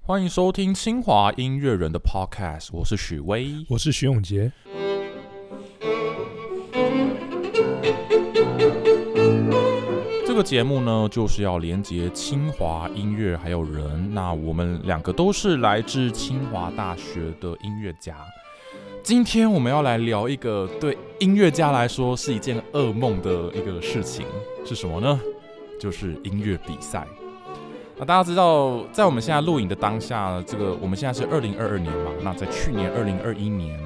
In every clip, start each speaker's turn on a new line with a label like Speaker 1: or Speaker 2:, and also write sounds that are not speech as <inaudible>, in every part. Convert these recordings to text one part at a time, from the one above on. Speaker 1: 欢迎收听清华音乐人的 Podcast，我是许巍。
Speaker 2: 我是徐永杰。
Speaker 1: 这个节目呢，就是要连接清华音乐还有人。那我们两个都是来自清华大学的音乐家。今天我们要来聊一个对音乐家来说是一件噩梦的一个事情，是什么呢？就是音乐比赛。那大家知道，在我们现在录影的当下，这个我们现在是二零二二年嘛？那在去年二零二一年，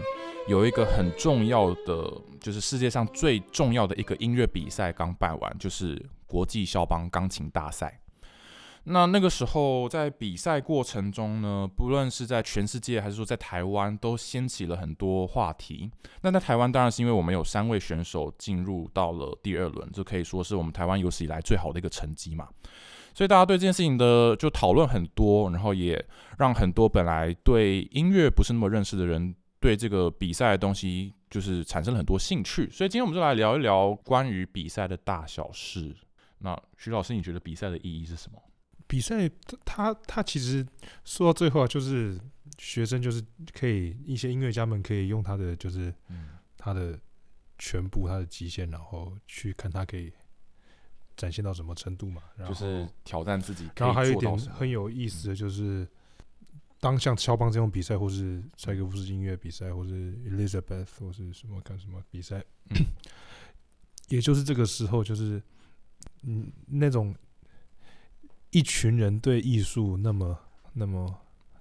Speaker 1: 有一个很重要的，就是世界上最重要的一个音乐比赛刚办完，就是国际肖邦钢琴大赛。那那个时候在比赛过程中呢，不论是在全世界还是说在台湾，都掀起了很多话题。那在台湾当然是因为我们有三位选手进入到了第二轮，这可以说是我们台湾有史以来最好的一个成绩嘛。所以大家对这件事情的就讨论很多，然后也让很多本来对音乐不是那么认识的人，对这个比赛的东西就是产生了很多兴趣。所以今天我们就来聊一聊关于比赛的大小事。那徐老师，你觉得比赛的意义是什么？
Speaker 2: 比赛它它其实说到最后啊，就是学生就是可以一些音乐家们可以用他的就是
Speaker 1: 嗯，
Speaker 2: 他的全部他的极限，然后去看他可以展现到什么程度嘛。然
Speaker 1: 就
Speaker 2: 后
Speaker 1: 是挑战自己，
Speaker 2: 然后还有一
Speaker 1: 做到
Speaker 2: 点
Speaker 1: 什么
Speaker 2: 很有意思的就是，当像肖邦这种比赛，或是柴可夫斯基音乐比赛，或是 Elizabeth 或是什么干什么比赛，
Speaker 1: 嗯
Speaker 2: 也就是这个时候，就是嗯那种一群人对艺术那么那么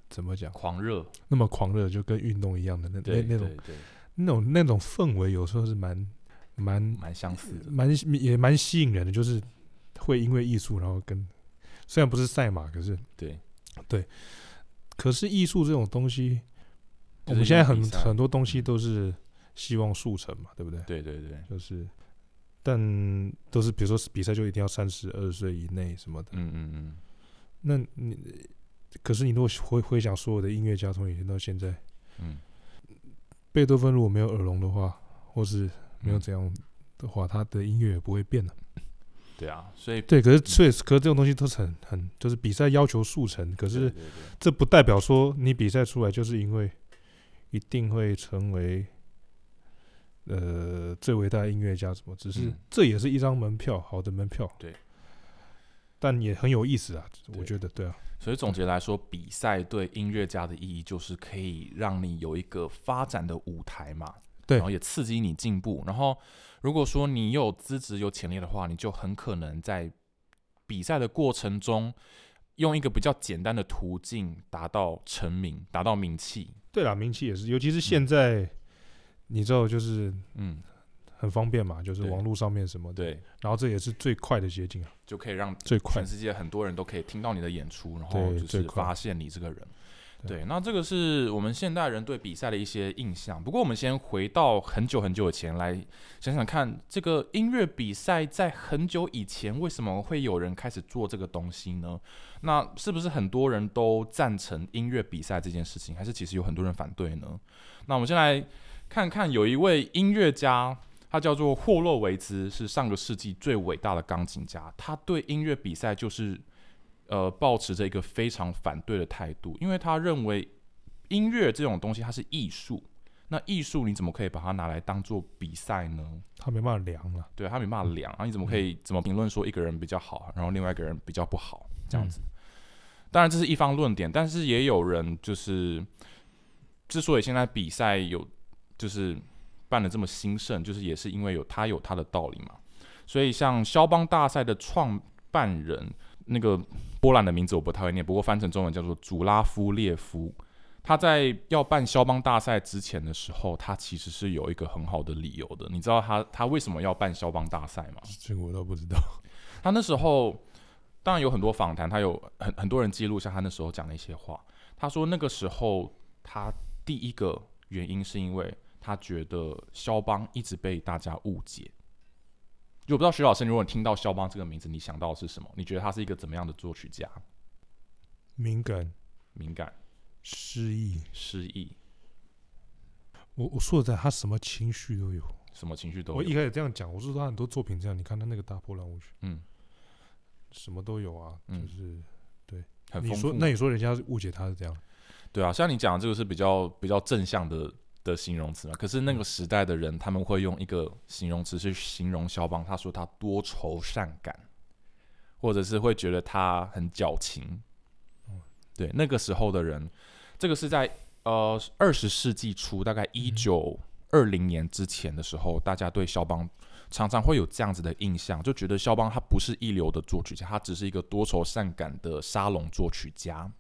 Speaker 2: 怎么讲，
Speaker 1: 狂热，
Speaker 2: 那么狂热，就跟运动一样的那那
Speaker 1: 对
Speaker 2: 那
Speaker 1: 对
Speaker 2: 种
Speaker 1: 对，
Speaker 2: 那种那种氛围，有时候是蛮蛮
Speaker 1: 蛮相似的。
Speaker 2: 蛮也蛮吸引人的，就是会因为艺术，然后跟虽然不是赛马，可是。
Speaker 1: 对，
Speaker 2: 可是艺术这种东西，
Speaker 1: 就是
Speaker 2: 我们现在
Speaker 1: 一
Speaker 2: 很
Speaker 1: 种比赛嗯
Speaker 2: 很多东西都是希望速成嘛，对不对？
Speaker 1: 对对对，
Speaker 2: 就是，但都是比如说比赛就一定要三十二岁以内什么的。
Speaker 1: 嗯嗯嗯，
Speaker 2: 那你，可是你如果回回想所有的音乐家从以前到现在，
Speaker 1: 嗯，
Speaker 2: 贝多芬如果没有耳聋的话，或是没有
Speaker 1: 嗯
Speaker 2: 怎样的话，他的音乐也不会变的。
Speaker 1: 对啊，所以
Speaker 2: 对，可是确实，可是这种东西都是很很就是比赛要求速成，可是
Speaker 1: 对对对
Speaker 2: 这不代表说你比赛出来就是因为一定会成为呃最伟大的音乐家什么，只是
Speaker 1: 嗯
Speaker 2: 这也是一张门票，好的门票。
Speaker 1: 对，
Speaker 2: 但也很有意思啊，我
Speaker 1: 对
Speaker 2: 觉得对啊，
Speaker 1: 所以总结来说，比赛对音乐家的意义就是可以让你有一个发展的舞台嘛，
Speaker 2: 对
Speaker 1: 然后也刺激你进步。然后如果说你有资质、有潜力的话，你就很可能在比赛的过程中，用一个比较简单的途径达到成名、达到名气。
Speaker 2: 对啦，名气也是，尤其是现在、你知道就是
Speaker 1: 嗯，
Speaker 2: 很方便嘛，就是
Speaker 1: 对
Speaker 2: 网络上面什么的，
Speaker 1: 对，
Speaker 2: 然后这也是最快的捷径啊，
Speaker 1: 就可以让
Speaker 2: 最快
Speaker 1: 全世界很多人都可以听到你的演出，然后
Speaker 2: 对
Speaker 1: 就
Speaker 2: 最
Speaker 1: 是
Speaker 2: 快
Speaker 1: 发现你这个人。
Speaker 2: 对
Speaker 1: 对，那这个是我们现代人对比赛的一些印象。不过，我们先回到很久很久以前来想想看，这个音乐比赛在很久以前为什么会有人开始做这个东西呢？那是不是很多人都赞成音乐比赛这件事情，还是其实有很多人反对呢？那我们先来看看，有一位音乐家，他叫做霍洛维兹，是上个世纪最伟大的钢琴家。他对音乐比赛就是呃，保持着一个非常反对的态度，因为他认为音乐这种东西它是艺术，那艺术你怎么可以把它拿来当做比赛呢？
Speaker 2: 他没办法量了、
Speaker 1: 对他没办法量啊，你怎么可以怎么评论说一个人比较好，然后另外一个人比较不好这样子？当然这是一方论点，但是也有人就是，之所以现在比赛有就是办的这么兴盛，就是也是因为有他有他的道理嘛。所以像肖邦大赛的创办人，那个波兰的名字我不太会念，不过翻成中文叫做祖拉夫列夫。他在要办肖邦大赛之前的时候，他其实是有一个很好的理由的。你知道他他为什么要办肖邦大赛吗？
Speaker 2: 这个我倒不知道。 <laughs>
Speaker 1: 他那时候当然有很多访谈，他有很很多人记录下他那时候讲的一些话。他说那个时候他第一个原因是因为他觉得肖邦一直被大家误解。就我不知道徐老师，如果你听到肖邦这个名字，你想到的是什么？你觉得他是一个怎么样的作曲家？
Speaker 2: 敏感、
Speaker 1: 敏感、
Speaker 2: 失意，
Speaker 1: 失意，
Speaker 2: 我我说实在，他什么情绪都有。
Speaker 1: 什么情绪都
Speaker 2: 我一
Speaker 1: 有。
Speaker 2: 开始这样讲，我是说他很多作品这样，你看他那个大波浪舞曲，
Speaker 1: 嗯，
Speaker 2: 什么都有啊，
Speaker 1: 嗯
Speaker 2: 就是
Speaker 1: 很
Speaker 2: 你
Speaker 1: 丰
Speaker 2: 说
Speaker 1: 富。啊
Speaker 2: 那你说人家误解他是这样，
Speaker 1: 对啊，像你讲的这个是比较比较正向的的形容词嘛。可是那个时代的人，他们会用一个形容词去形容肖邦，他说他多愁善感，或者是会觉得他很矫情
Speaker 2: 嗯。
Speaker 1: 对，那个时候的人，这个是在呃二十世纪初，大概一九二零年之前的时候，大家对肖邦常常会有这样子的印象，就觉得肖邦他不是一流的作曲家，他只是一个多愁善感的沙龙作曲家。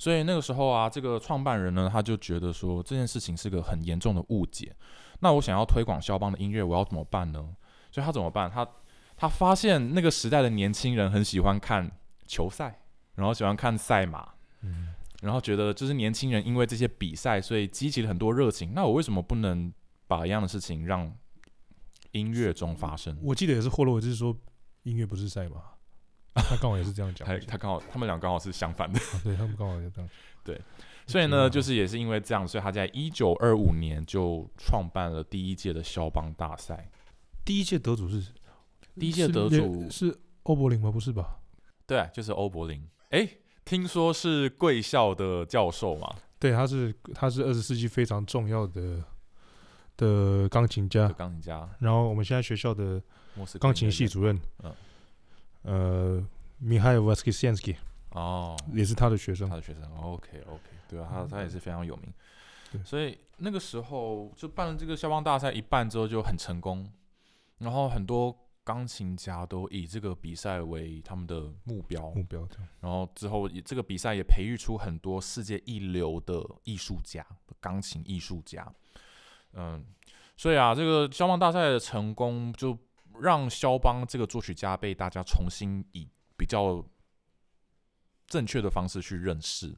Speaker 1: 所以那个时候啊，这个创办人呢，他就觉得说这件事情是个很严重的误解。那我想要推广肖邦的音乐，我要怎么办呢？所以他怎么办？他他发现那个时代的年轻人很喜欢看球赛，然后喜欢看赛马，
Speaker 2: 嗯，
Speaker 1: 然后觉得就是年轻人因为这些比赛，所以激起了很多热情。那我为什么不能把一样的事情让音乐中发生？
Speaker 2: 嗯我记得也是霍洛维兹说音乐不是赛马，他刚好也是这样讲，
Speaker 1: 他
Speaker 2: 我记得
Speaker 1: 他刚好，他们俩刚好是相反的。
Speaker 2: 啊对他们刚好也这
Speaker 1: <laughs>
Speaker 2: 样，啊
Speaker 1: 对，所
Speaker 2: 所
Speaker 1: 以
Speaker 2: 以
Speaker 1: 呢，
Speaker 2: 呢
Speaker 1: 就是也是因为这样，所以他在一九二五年就创办了第一届的肖邦大赛。
Speaker 2: 第一届得主是
Speaker 1: 第一届
Speaker 2: 是
Speaker 1: 得
Speaker 2: 那
Speaker 1: 主
Speaker 2: 是欧柏林吗？不是吧？
Speaker 1: 对，就是欧柏林。哎，听说是贵校的教授嘛，
Speaker 2: 对，他是他是二十世纪非常重要的的钢琴
Speaker 1: 就
Speaker 2: 家，
Speaker 1: 钢琴家，
Speaker 2: 然后我们现在学校的
Speaker 1: 莫斯科
Speaker 2: 钢琴
Speaker 1: 音乐
Speaker 2: 系
Speaker 1: 院
Speaker 2: 主任，
Speaker 1: 嗯
Speaker 2: 呃，米哈伊瓦斯基斯 s 斯基
Speaker 1: 哦，
Speaker 2: 也是他的学生嗯
Speaker 1: 他，的学生。OK OK，对啊，他他也是非常有名。
Speaker 2: 对
Speaker 1: 所以那个时候就办了这个肖邦大赛一办之后就很成功，然后很多钢琴家都以这个比赛为他们的目标。
Speaker 2: 目标这样。
Speaker 1: 然后之后也这个比赛也培育出很多世界一流的艺术家，钢琴艺术家。嗯，所以啊，这个肖邦大赛的成功，就让肖邦这个作曲家被大家重新以比较正确的方式去认识，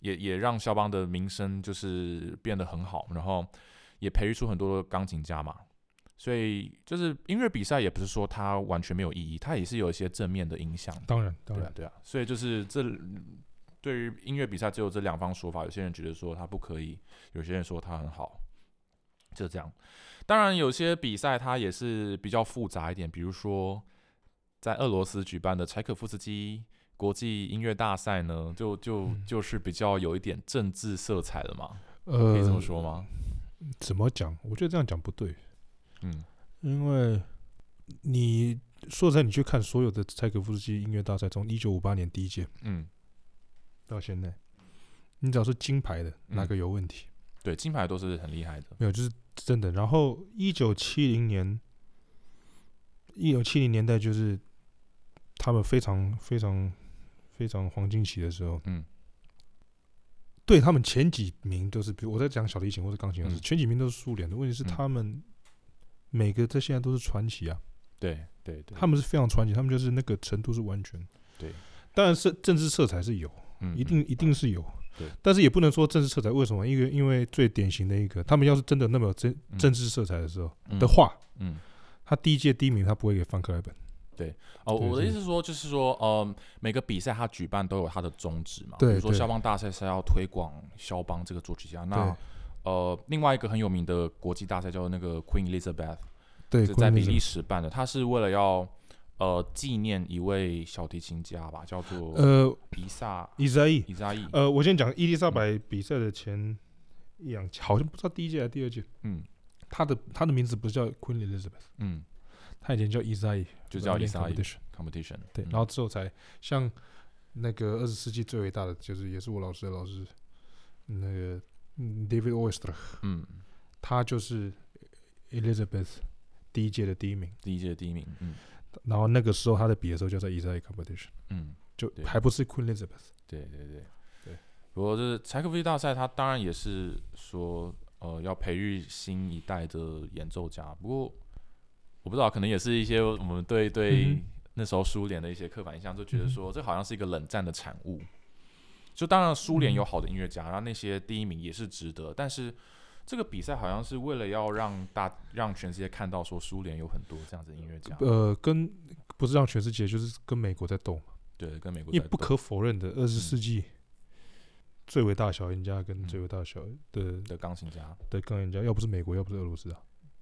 Speaker 1: 也也让肖邦的名声就是变得很好，然后也培育出很多的钢琴家嘛。所以，就是音乐比赛也不是说它完全没有意义，它也是有一些正面的影响。
Speaker 2: 当然，当
Speaker 1: 对
Speaker 2: 然
Speaker 1: 啊，，对啊，所以就是这对于音乐比赛只有这两方说法，有些人觉得说它不可以，有些人说它很好，就这样。当然，有些比赛它也是比较复杂一点，比如说在俄罗斯举办的柴可夫斯基国际音乐大赛呢，就就
Speaker 2: 嗯
Speaker 1: 就是比较有一点政治色彩了嘛，可
Speaker 2: 呃，
Speaker 1: 以这么说吗？
Speaker 2: 怎么讲？我觉得这样讲不对，
Speaker 1: 嗯，
Speaker 2: 因为你说实在，你去看所有的柴可夫斯基音乐大赛，从一九五八年第一届
Speaker 1: 嗯，
Speaker 2: 到现在，你只要是金牌的，
Speaker 1: 嗯
Speaker 2: 哪个有问题？
Speaker 1: 对，金牌都是很厉害的，
Speaker 2: 没有，就是真的。然后一九七零年，一九七零年代就是他们非常非常非常黄金期的时候，
Speaker 1: 嗯，
Speaker 2: 对他们前几名都是，比如我在讲小提琴或者钢琴，
Speaker 1: 嗯
Speaker 2: 前几名都是苏联的。问题是
Speaker 1: 嗯
Speaker 2: 他们每个在现在都是传奇啊，
Speaker 1: 对对对，
Speaker 2: 他们是非常传奇，他们就是那个程度是完全
Speaker 1: 对。
Speaker 2: 当然是政治色彩是有，
Speaker 1: 嗯
Speaker 2: 一定一定是有
Speaker 1: 对。
Speaker 2: 但是也不能说政治色彩，为什么？因为因为最典型的一个，他们要是真的那么有政
Speaker 1: 嗯
Speaker 2: 政治色彩的时候
Speaker 1: 嗯
Speaker 2: 的话，
Speaker 1: 嗯。
Speaker 2: 他第一届第一名他不会给范克莱本。
Speaker 1: 哦，
Speaker 2: 对
Speaker 1: 我的
Speaker 2: 对
Speaker 1: 意思是说，就是说，嗯，每个比赛它举办都有它的宗旨嘛。
Speaker 2: 对
Speaker 1: 比如说
Speaker 2: 对
Speaker 1: 肖邦大赛是要推广肖邦这个作曲家。那
Speaker 2: 对
Speaker 1: 呃，另外一个很有名的国际大赛叫那个 Queen Elizabeth，
Speaker 2: 对，
Speaker 1: 是在比利
Speaker 2: 时。
Speaker 1: 时办的。它是为了要呃纪念一位小提琴家吧，叫做
Speaker 2: 呃，
Speaker 1: 伊萨
Speaker 2: 伊扎伊，
Speaker 1: 伊扎伊。
Speaker 2: 呃，我先讲伊丽莎白比赛的前一两届，好像不知道第一届还是第二届，
Speaker 1: 嗯
Speaker 2: 他的他的名字不是叫 Queen Elizabeth，
Speaker 1: 嗯，
Speaker 2: 他以前叫伊扎伊，
Speaker 1: 就叫伊扎伊
Speaker 2: Competition
Speaker 1: competition。
Speaker 2: 对，
Speaker 1: 嗯
Speaker 2: 然后之后才像那个二十世纪最伟大的，就是也是我老师的老师，那个嗯 David Oyster，
Speaker 1: 嗯，
Speaker 2: 他就是 Elizabeth 第一届的第一名。
Speaker 1: 第一届第一名。嗯
Speaker 2: 然后那个时候他在比的时候叫做 Isaiah Competition，
Speaker 1: 嗯。
Speaker 2: 就
Speaker 1: 对
Speaker 2: 还不是 Queen Elizabeth。
Speaker 1: 对对对
Speaker 2: 对。
Speaker 1: 不过就是柴可夫斯基大赛，它当然也是说，呃，要培育新一代的演奏家。不过我不知道，可能也是一些我们对对
Speaker 2: 嗯
Speaker 1: 那时候苏联的一些刻板印象，就觉得
Speaker 2: 嗯哼
Speaker 1: 说这好像是一个冷战的产物。就当然苏联有
Speaker 2: 嗯
Speaker 1: 好的音乐家，然后那些第一名也是值得，但是这个比赛好像是为了要让大让全世界看到说苏联有很多这样子的音乐家，
Speaker 2: 呃，跟不是让全世界，就是跟美国在斗嘛。
Speaker 1: 对，跟美国
Speaker 2: 因
Speaker 1: 在
Speaker 2: 为不
Speaker 1: 斗
Speaker 2: 可否认的，二十世纪最伟大的小赢家跟
Speaker 1: 嗯
Speaker 2: 最伟大的小的
Speaker 1: 的钢琴
Speaker 2: <laughs>
Speaker 1: 家。
Speaker 2: 的钢琴家，要不是美国，要不是俄罗斯啊。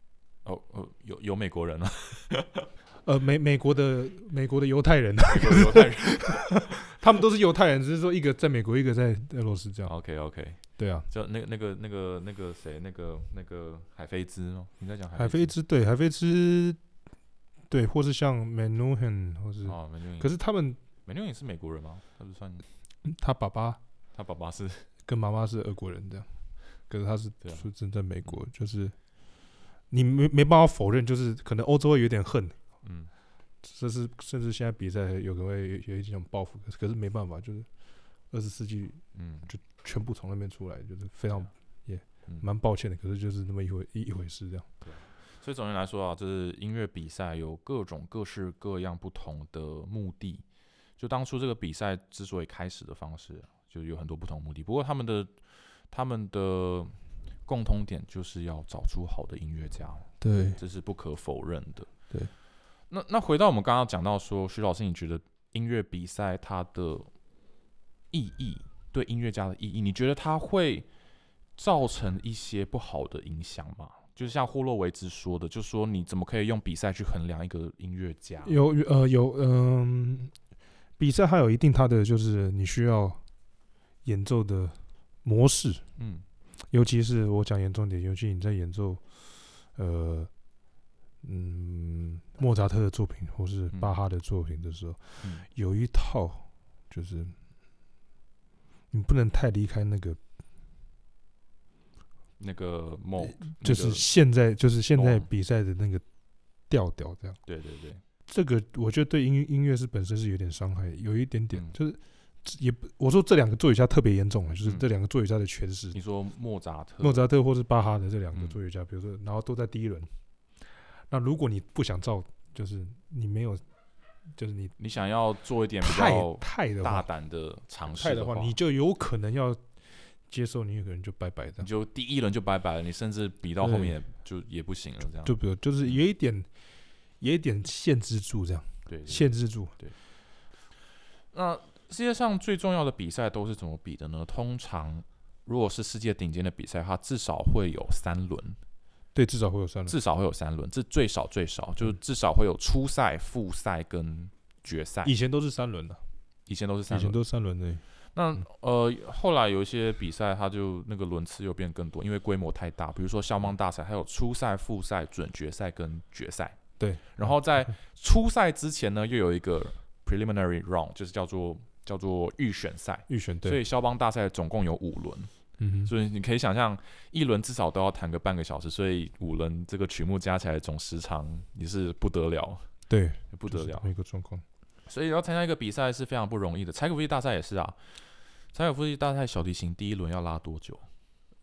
Speaker 2: <laughs>
Speaker 1: 哦哦，有有美国人了，
Speaker 2: 呃，美美国的美国的犹太人， <laughs>
Speaker 1: 犹太人。
Speaker 2: 他们都是犹太人，只是说一个在美国，一个在俄罗斯这样。
Speaker 1: OK OK，
Speaker 2: 对啊，
Speaker 1: 就那个那个那个那个谁，那个那个海飞兹哦，你在讲
Speaker 2: 海飞
Speaker 1: 兹
Speaker 2: 之对海飞之对，或是像 Manuhan，或是、
Speaker 1: 哦，梅纽
Speaker 2: 可
Speaker 1: 因，
Speaker 2: 是他们
Speaker 1: 梅纽因是美国人吗？他不算，
Speaker 2: 他爸爸
Speaker 1: 他爸爸
Speaker 2: <laughs>
Speaker 1: 是
Speaker 2: 跟妈妈是俄国人这样，可是他是
Speaker 1: 对啊
Speaker 2: 出生在美国，就是你没没办法否认，就是可能欧洲会有点恨，
Speaker 1: 嗯，
Speaker 2: 这是甚至现在比赛有可能会有有一种报复，可是可是没办法，就是二十世纪
Speaker 1: 嗯，
Speaker 2: 全部从那边出来，就是非
Speaker 1: 对
Speaker 2: 常
Speaker 1: 啊嗯
Speaker 2: 蛮抱歉的，可是就是那么一回一一回事这样。
Speaker 1: 所以总的来说啊，就是音乐比赛有各种各式各样不同的目的。就当初这个比赛之所以开始的方式，就有很多不同的目的。不过他们的他们的共通点就是要找出好的音乐家，
Speaker 2: 对，
Speaker 1: 这是不可否认的。
Speaker 2: 对。
Speaker 1: 那那回到我们刚刚讲到说，徐老师，你觉得音乐比赛它的意义，对音乐家的意义，你觉得它会造成一些不好的影响吗？就是像霍洛维兹说的，就说你怎么可以用比赛去衡量一个音乐家？
Speaker 2: 有呃有嗯、比赛还有一定它的就是你需要演奏的模式，
Speaker 1: 嗯
Speaker 2: 尤其是我讲严重点，尤其你在演奏呃嗯莫扎特的作品或是
Speaker 1: 嗯
Speaker 2: 巴哈的作品的时候，
Speaker 1: 嗯
Speaker 2: 有一套就是你不能太离开那个，
Speaker 1: 那个某
Speaker 2: 呃就是
Speaker 1: 那个哦
Speaker 2: 现在就是现在
Speaker 1: 懂
Speaker 2: 比赛的那个调调这样。
Speaker 1: 对对对，
Speaker 2: 这个我觉得对音音乐是本身是有点伤害，有一点点，
Speaker 1: 嗯
Speaker 2: 就是也不我说这两个作曲家特别严重了，就是
Speaker 1: 嗯
Speaker 2: 这两个作曲家的诠释，
Speaker 1: 你说莫扎特，
Speaker 2: 莫扎特或是巴哈的这两个
Speaker 1: 嗯
Speaker 2: 作曲家，比如说，然后都在第一轮。那如果你不想照，就是你没有，就是你
Speaker 1: 你想要做一点比
Speaker 2: 太
Speaker 1: 较
Speaker 2: 太的
Speaker 1: 大
Speaker 2: 话，
Speaker 1: 胆的尝试
Speaker 2: 太的
Speaker 1: 话
Speaker 2: 话，，你就有可能要接受，你有可能就拜拜这
Speaker 1: 你
Speaker 2: 样。
Speaker 1: 就第一轮就拜拜了，你甚至比到后面也就也不行了，这样
Speaker 2: 就比如就是
Speaker 1: 嗯
Speaker 2: 有一点，有一点限制住这样，
Speaker 1: 对对
Speaker 2: 限制住。
Speaker 1: 那世界上最重要的比赛都是怎么比的呢？通常如果是世界顶尖的比赛，它至少会有三轮，
Speaker 2: 对，至少会有三轮。
Speaker 1: 至少会有三轮，这最少最少
Speaker 2: 嗯
Speaker 1: 就是至少会有初赛、复赛跟决赛。
Speaker 2: 以前都是三轮的，
Speaker 1: 以前都是
Speaker 2: 以
Speaker 1: 三
Speaker 2: 前
Speaker 1: 轮，
Speaker 2: 都是三轮的。
Speaker 1: 那
Speaker 2: 嗯
Speaker 1: 呃后来有一些比赛，它就那个轮次又变更多，因为规模太大。比如说
Speaker 2: 嗯
Speaker 1: 肖邦大赛，还有初赛、复赛、准决赛跟决赛。
Speaker 2: 对，
Speaker 1: 然后在初赛之前呢，又有一个 preliminary round，就是叫做叫做预选赛。
Speaker 2: 预选
Speaker 1: 所
Speaker 2: 对，
Speaker 1: 以肖邦大赛总共有五轮，
Speaker 2: 嗯哼，
Speaker 1: 所以你可以想象一轮至少都要弹个半个小时，所以五轮这个曲目加起来总时长也是不得了，
Speaker 2: 对，
Speaker 1: 不得了。
Speaker 2: 一个状况。
Speaker 1: 所以要参加一个比赛是非常不容易的。柴可夫斯基大赛也是啊，柴可夫斯基大赛小提琴第一轮要拉多久？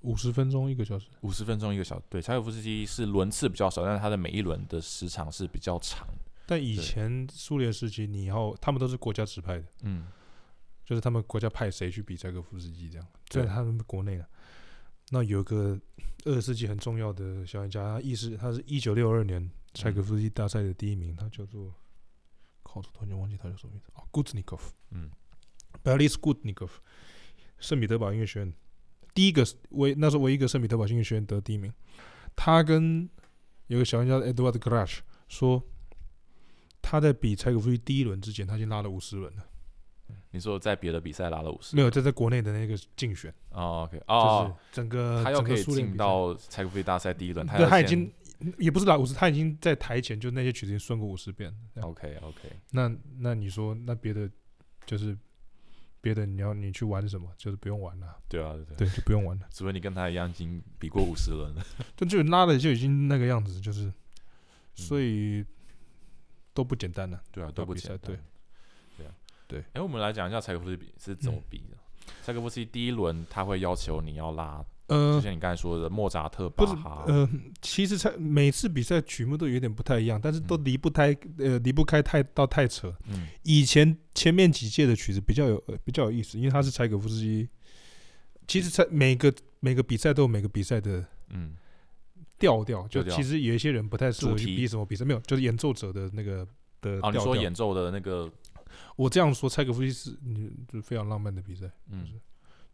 Speaker 2: 五十分钟一个小时，
Speaker 1: 五十分钟一个小对，柴可夫斯基是轮次比较少，但是他的每一轮的时长是比较长。
Speaker 2: 但以
Speaker 1: 对
Speaker 2: 前苏联时期，你要他们都是国家指派的。
Speaker 1: 嗯，
Speaker 2: 就是他们国家派谁去比柴可夫斯基这样，
Speaker 1: 对
Speaker 2: 在他们国内啊。那有个二十世纪很重要的小提琴家，他意识他是一九六二
Speaker 1: 嗯
Speaker 2: 年柴可夫斯基大赛的第一名，他叫做，靠，我突然间忘记他叫什么名字啊 g u t n i k o v
Speaker 1: 嗯
Speaker 2: b e l i s g u t n i k o v 圣彼得堡音乐学院第一个唯那时候唯一一个圣彼得堡音乐学院得第一名。他跟有个小提琴家 Edward Grash 说，他在比柴可夫斯基第一轮之前，他已经拉了五十轮了，
Speaker 1: 你说在别的比赛拉了五十？
Speaker 2: 没有，这在国内的那个竞选。
Speaker 1: 哦，OK，
Speaker 2: 就是
Speaker 1: 哦，
Speaker 2: 整个
Speaker 1: 他又
Speaker 2: 整
Speaker 1: 可
Speaker 2: 个
Speaker 1: 以
Speaker 2: 苏联
Speaker 1: 进
Speaker 2: 比赛
Speaker 1: 到柴可夫斯基大赛第一轮，
Speaker 2: 对，
Speaker 1: 要
Speaker 2: 他已
Speaker 1: 先
Speaker 2: 经也不是啦，五十，他已经在台前就那些曲子已经算过五十遍了。这样
Speaker 1: OK OK，
Speaker 2: 那那你说，那别的就是别的，你要你去玩什么，就是不用玩了，
Speaker 1: 对啊对对。
Speaker 2: 对，就不用玩了，
Speaker 1: 除非你跟他一样已经比过五十轮了。
Speaker 2: 就就拉的就已经那个样子，
Speaker 1: 嗯
Speaker 2: 就是所以都不简单了。
Speaker 1: 对啊，
Speaker 2: 对
Speaker 1: 都不
Speaker 2: 比
Speaker 1: 简
Speaker 2: 赛
Speaker 1: 单。
Speaker 2: 对，
Speaker 1: 对啊，
Speaker 2: 对嗯
Speaker 1: 哎、我们来讲一下柴可夫斯基是怎么比的。柴可夫斯基第一轮他会要求你要拉，就
Speaker 2: 呃，
Speaker 1: 像你刚才说的莫扎特、
Speaker 2: 不
Speaker 1: 巴
Speaker 2: 是
Speaker 1: 哈，
Speaker 2: 呃，其实才每次比赛曲目都有点不太一样，但是都
Speaker 1: 嗯
Speaker 2: 离不开呃离不开太到太扯，
Speaker 1: 嗯
Speaker 2: 以前前面几届的曲子比较有、呃比较有意思，因为他是柴可夫斯基。其实柴每个每个比赛都有每个比赛的
Speaker 1: 嗯，
Speaker 2: 调调，
Speaker 1: 调
Speaker 2: 就
Speaker 1: 调
Speaker 2: 其实有一些人不太适合
Speaker 1: 主
Speaker 2: 去
Speaker 1: 题
Speaker 2: 比什么比赛，没有，就是演奏者的那个的
Speaker 1: 哦，
Speaker 2: 调
Speaker 1: 你
Speaker 2: 调。
Speaker 1: 说演奏的那个，
Speaker 2: 我这样说，柴可夫斯基是你就非常浪漫的比赛，
Speaker 1: 嗯